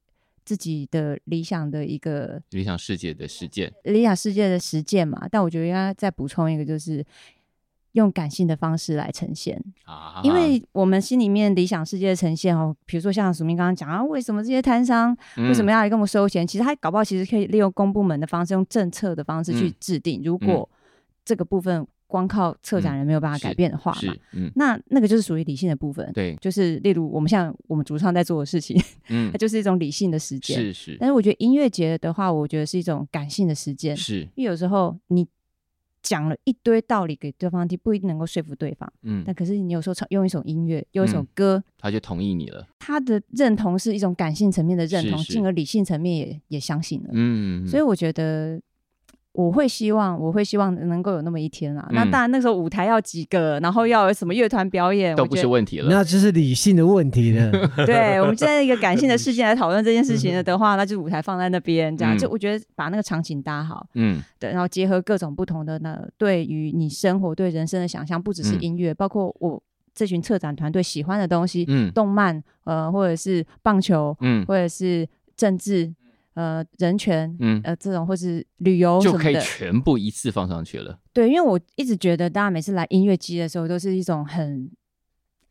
S3: 自己的理想的一个
S2: 理想世界的实践，
S3: 理想世界的实践嘛，但我觉得应该再补充一个就是。用感性的方式来呈现，
S2: 啊，
S3: 因为我们心里面理想世界的呈现哦，比如说像署名刚刚讲啊，为什么这些摊商为什么
S2: 要
S3: 要来跟我收钱？其实他搞不好其实可以利用公部门的方式，用政策的方式
S2: 嗯
S3: 去
S2: 嗯
S3: 制定。如果这个部分光靠策展人没有办法
S2: 是
S3: 改变的话嘛，
S2: 是，嗯，
S3: 那那个就是属于理性的部分。
S2: 对，
S3: 就是例如我们像我们主唱在做的事情，
S2: 嗯
S3: 它，就是一种理性的实践。
S2: 是是
S3: 但是我觉得音乐节的话，我觉得是一种感性的实践，
S2: 是，
S3: 因为有时候你讲了一堆道理给对方听，不一定能够说服对方。
S2: 嗯，
S3: 但可是你有时候唱用一首音乐，用一首
S2: 嗯
S3: 歌，
S2: 他就同意你了，
S3: 他的认同是一种感性层面的认同，
S2: 是是
S3: 进而理性层面也也相信了。
S2: 嗯，
S3: 所以我觉得我会希望，我会希望能够有那么一天啊。
S2: 嗯
S3: 那当然，那时候舞台要几个，然后要有什么乐团表演，
S2: 都
S3: 我
S2: 不是
S3: 觉得
S2: 问题了，
S5: 那就是理性的问题了。
S3: 对，我们现在一个感性的事件来讨论这件事情的话，那就是舞台放在那边，这样、
S2: 嗯
S3: 就我觉得把那个场景搭好，
S2: 嗯，
S3: 对，然后结合各种不同的呢，对于你生活、对人生的想象，不只是
S2: 嗯
S3: 音乐，包括我这群策展团队喜欢的东西，
S2: 嗯
S3: 动漫，呃，或者是棒球，
S2: 嗯
S3: 或者是政治、呃人权、
S2: 嗯，
S3: 呃这种，或是旅游什
S2: 就
S3: 么
S2: 可以
S3: 的。
S2: 全部一次放上去了，
S3: 对，因为我一直觉得大家每次来音乐季的时候，都是一种很。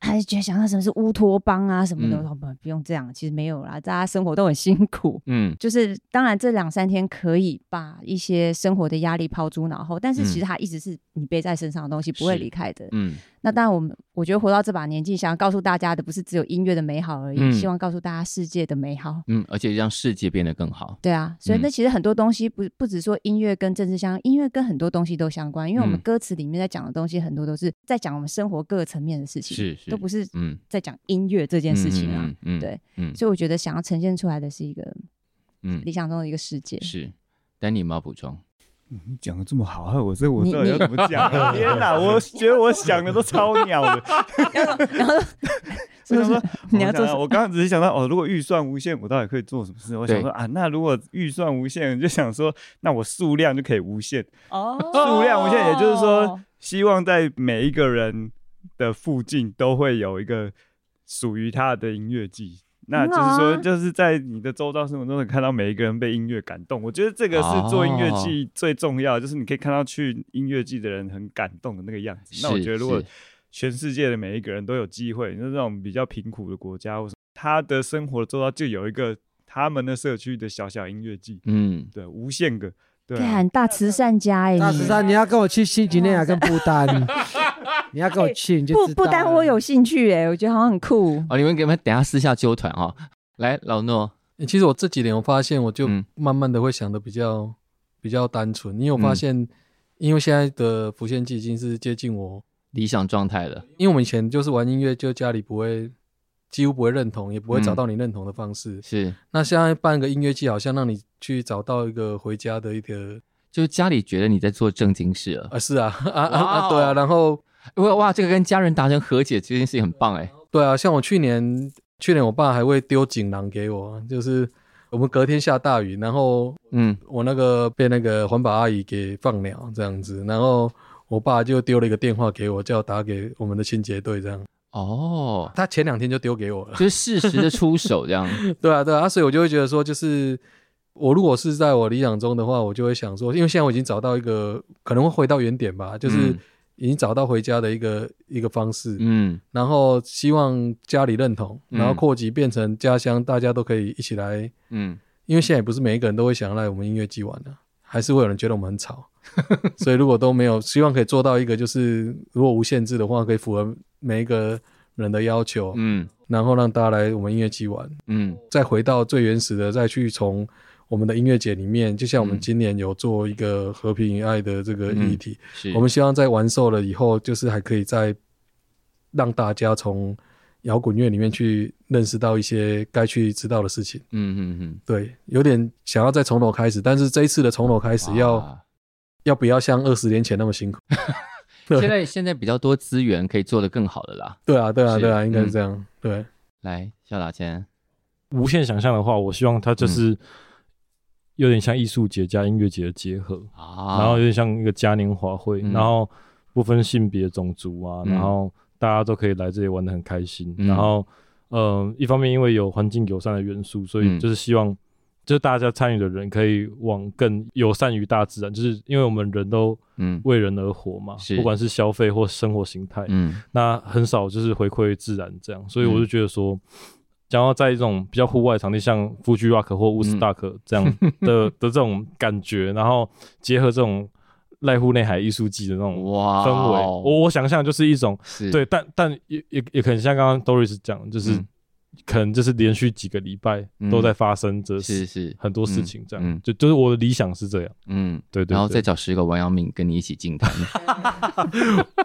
S3: 还是觉得想到什么是乌托邦啊什么的，
S2: 嗯
S3: 我们不用这样，其实没有啦，大家生活都很辛苦。
S2: 嗯，
S3: 就是当然这两三天可以把一些生活的压力抛诸脑后，但是其实它一直是你背在身上的东西，不会
S2: 嗯是
S3: 离开的。
S2: 嗯，
S3: 那当然，我们我觉得活到这把年纪，想要告诉大家的不是只有音乐的美好而已，
S2: 嗯
S3: 希望告诉大家世界的美好。
S2: 嗯，而且让世界变得更好。
S3: 对啊，所以
S2: 嗯
S3: 那其实很多东西不不只说音乐跟政治相关，音乐跟很多东西都相关，因为我们
S2: 嗯
S3: 歌词里面在讲的东西很多都是在讲我们生活各个层面的事情，
S2: 是是
S3: 都不是
S2: 嗯，
S3: 在讲音乐这件事情啊。
S2: 嗯，嗯，
S3: 对
S2: 嗯，
S3: 所以我觉得想要呈现出来的是一个
S2: 嗯
S3: 理想中的一个世界
S2: 嗯，。是。丹尼有没有补充？
S7: 你讲的这么好，害我这我
S3: 你
S7: 到底要
S3: 你
S7: 怎么讲 啊？天哪，我觉得我想的都超鸟的。
S3: 然后
S7: 我想说，
S3: 你要
S7: 我
S3: 做
S7: 想
S3: 什
S7: 到
S3: 么？
S7: 我刚刚只是想到哦，如果预算无限，我到底可以做什么事？我想说啊，那如果预算无限，就想说，那我数量就可以无限，
S3: 哦，
S7: 数量无限，也就是说，，希望在每一个人的附近都会有一个属于他的音乐季。那就是
S3: 很好
S7: 说，
S3: 啊
S7: 就是在你的周遭生活中，能看到每一个人被音乐感动。我觉得这个
S2: 哦
S7: 是做音乐季最重要的，就是你可以看到去音乐季的人很感动的那个样子。那我
S2: 是
S7: 觉得，如果
S2: 是
S7: 全世界的每一个人都有机会，就是那种比较贫苦的国家，或什么他的生活周遭就有一个他们的社区的小小音乐季，
S2: 嗯，
S7: 对，无限个，对啊、
S3: 看大慈善家哎，
S5: 大
S3: 你
S5: 十三，你要跟我去西吉内亚跟不丹，你要跟我去，你就
S3: 不
S5: 知道
S3: 不
S5: 了
S3: 单我有兴趣哎，我觉得好像很 酷。
S2: 哦，你们给我们等一下私下纠团哦。 来，老诺，
S4: 欸其实我这几年我发现，我就
S2: 嗯
S4: 慢慢的会想的比较比较单纯，因为我发
S2: 嗯
S4: 现，因为现在的浮现记已经是接近我，
S2: 理想状态了，
S4: 因为我们以前就是玩音乐，就家里不会。几乎不会认同，也不会
S2: 嗯
S4: 找到你认同的方式。
S2: 是，
S4: 那现在办个音乐季，好像让你去找到一个回家的一个
S2: 就是家里觉得你在做正经事了。
S4: 啊，是啊， 啊啊
S2: 哇哦
S4: 啊，对啊，然后
S2: 哇哇，这个跟家人达成和解这件事情很棒哎。
S4: 对啊，像我去年，去年我爸还会丢锦囊给我，就是我们隔天下大雨，然后
S2: 嗯，
S4: 我那个被那个环保阿姨给放鸟这样子，然后我爸就丢了一个电话给我，叫我打给我们的清洁队这样。
S2: 哦，
S4: 他前两天就丢给我了，
S2: 就是适时的出手这样。
S4: 对啊，对啊，啊所以我就会觉得说，就是我如果是在我理想中的话，我就会想说，因为现在我已经找到一个可能会回到原点吧，就是
S2: 嗯
S4: 已经找到回家的一个一个方式，
S2: 嗯
S4: 然后希望家里认同，
S2: 嗯
S4: 然后扩及变成家乡，大家都可以一起来，
S2: 嗯，
S4: 因为现在也不是每一个人都会想要来我们音乐季玩的、啊还是会有人觉得我们很吵。 所以如果都没有，希望可以做到一个，就是如果无限制的话，可以符合每一个人的要求，
S2: 嗯
S4: 然后让大家来我们音乐季玩。
S2: 嗯
S4: 再回到最原始的，再去从我们的音乐节里面，就像我
S2: 嗯
S4: 们今年有做一个和平与爱的这个
S2: 嗯
S4: 议题，
S2: 是
S4: 我们希望在完售了以后，就是还可以再让大家从摇滚乐里面去认识到一些该去知道的事情。
S2: 嗯嗯嗯
S4: 对，有点想要再从头开始，但是这一次的从头开始要
S2: 哇
S4: 要不要像二十年前那 么辛苦？对
S2: 现在现在比较多资源可以做得更好了啦。
S4: 对啊，对啊，
S2: 是
S4: 对啊，应该
S2: 嗯
S4: 是这样。对，
S2: 来，萧打千，
S6: 无限想象的话，我希望它
S2: 嗯
S6: 就是有点像艺术节加音乐节的结合，
S2: 啊，
S6: 然后有点像一个嘉年华会，
S2: 嗯
S6: 然后不分性别、种族啊，
S2: 嗯
S6: 然后大家都可以来这里玩的很开心。
S2: 嗯
S6: 然后，呃，一方面因为有环境友善的元素，所
S2: 嗯
S6: 以就是希望。就是大家参与的人可以往更友善于大自然，就是因为我们人都
S2: 嗯
S6: 为人而活嘛
S2: 是，
S6: 不管是消费或生活形态，
S2: 嗯
S6: 那很少就是回馈自然这样，所以
S2: 嗯
S6: 我就觉得说，想要在一种比较户外的场地，像 Fuji Rock 或
S2: 嗯
S6: Woodstock 这样的、 的这种感觉，然后结合这种濑户内海艺术季的那种
S2: 哇
S6: 氛围，
S2: 哦
S6: 我我想象就是一种
S2: 是
S6: 对，但但也也也可能像刚刚 Doris 讲，就是、
S2: 嗯
S6: 可能就是连续几个礼拜都在发生这
S2: 是是
S6: 很多事情这样，
S2: 嗯嗯
S6: 就就是我的理想是这样，
S2: 嗯，
S6: 对对对
S2: 然后再找十个王阳明跟你一起进坛，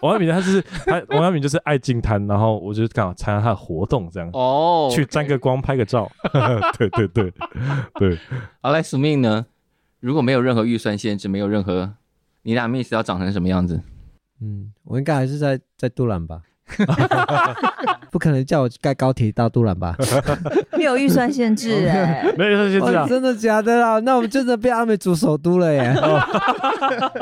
S6: 王阳明他就是他 王阳明就是爱净滩，然后我就刚好参加他的活动这样，
S2: 哦
S6: 去沾个光拍个照。 对对对对，
S2: 好来宿命呢？如果没有任何预算限制，没有任何，你俩 miss 要长成什么样子？
S5: 嗯，我应该还是在在杜兰吧， 不可能叫我盖高铁到杜兰 吧？
S3: 没有预算限
S7: 哦
S3: 制哎、
S6: 没有这些这
S5: 哇
S6: 样。
S5: 哦真的假的啦？那我们真的被阿美族首都了 耶！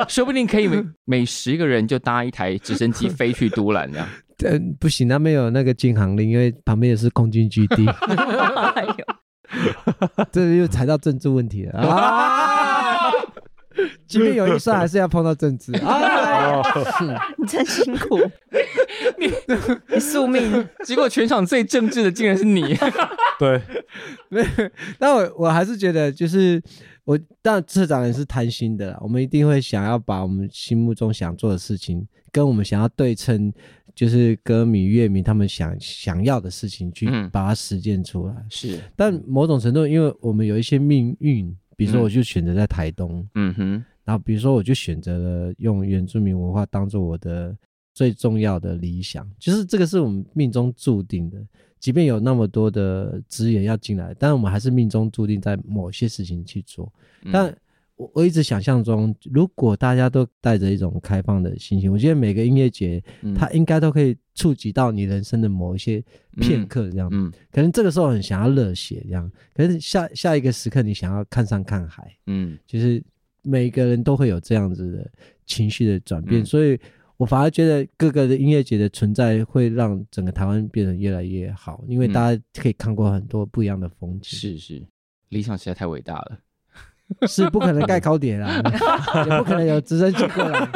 S2: 说不定可以每每十个人就搭一台直升机飞去都兰这样。
S5: 嗯，不行，那边有那个禁航令，因为旁边也是空军基地，
S3: 哎呦
S5: 这又踩到政治问题了 啊！即便有预算，还是要碰到政治啊！
S6: 哦
S3: 你真辛 苦，你宿命，
S2: 结果全场最政治的竟然是你，
S6: 对，
S5: 但我我还是觉得，就是我，但社长也是贪心的啦。我们一定会想要把我们心目中想做的事情，跟我们想要对称，就是歌迷、乐迷他们想想要的事情，去
S2: 嗯
S5: 把它实践出来。
S2: 是，
S5: 但某种程度，因为我们有一些命运，比如
S2: 嗯
S5: 说我就选择在台东，
S2: 嗯哼，
S5: 然后比如说我就选择了用原住民文化当做我的最重要的理想，就是这个是我们命中注定的。即便有那么多的资源要进来，但我们还是命中注定在某些事情去做。
S2: 嗯
S5: 但我我一直想象中，如果大家都带着一种开放的心情，我觉得每个音乐节
S2: 嗯
S5: 它应该都可以触及到你人生的某一些片刻，这样。
S2: 嗯
S5: 可能这个时候很想要热血这样，可是下下一个时刻你想要看山看海，
S2: 嗯
S5: 就是每个人都会有这样子的情绪的转变，
S2: 嗯
S5: 所以我反而觉得各个的音乐节的存在会让整个台湾变得越来越好，因为
S2: 嗯
S5: 大家可以看过很多不一样的风景，
S2: 是是，理想实在太伟大了。
S5: 是不可能盖高铁啦， 也不可能有直升机过来，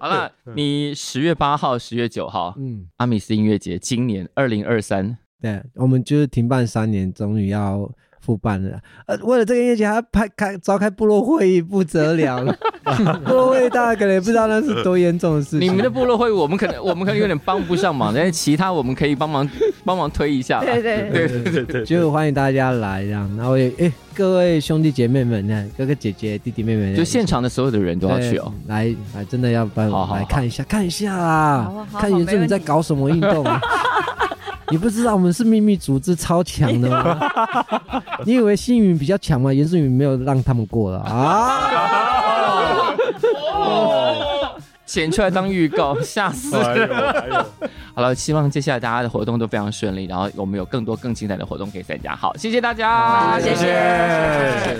S2: 好了， 你十月八号、十月九号，
S5: 嗯。
S2: 阿米斯音乐节，今年二零二三，
S5: 对，我们就是停办三年，终于要复办了。呃，为了这个业绩，还要派开召开部落会议，不 得了了。部落会议大家可能也不知道那是多严重的事情。
S2: 你们的部落会，我们可能我们可能有点帮不上忙，但是其他我们可以帮忙帮忙推一下啦。
S3: 对对对，
S2: 对
S6: 对对对，
S5: 就欢迎大家来这样，然后也哎、各位兄弟姐妹们呢，哥哥姐姐、弟弟妹妹，
S2: 就现场的所有的人都
S5: 对
S2: 要去哦。
S5: 来来，真的要帮
S2: 好好
S5: 来
S2: 好
S5: 看一下看一下啦，
S3: 好啊好啊
S5: 看原住民在搞什么运动、啊。 你不知道我们是秘密组织超强 的吗？你以为新云比较强吗？原住民没有让他们过了啊！
S2: 剪出来当预告，吓死
S6: 还
S2: 人！
S6: 有还有，
S2: 好了，希望接下来大家的活动都非常顺利，然后我们有更多更精彩的活动可以参加。好，谢谢大家，
S3: 谢谢。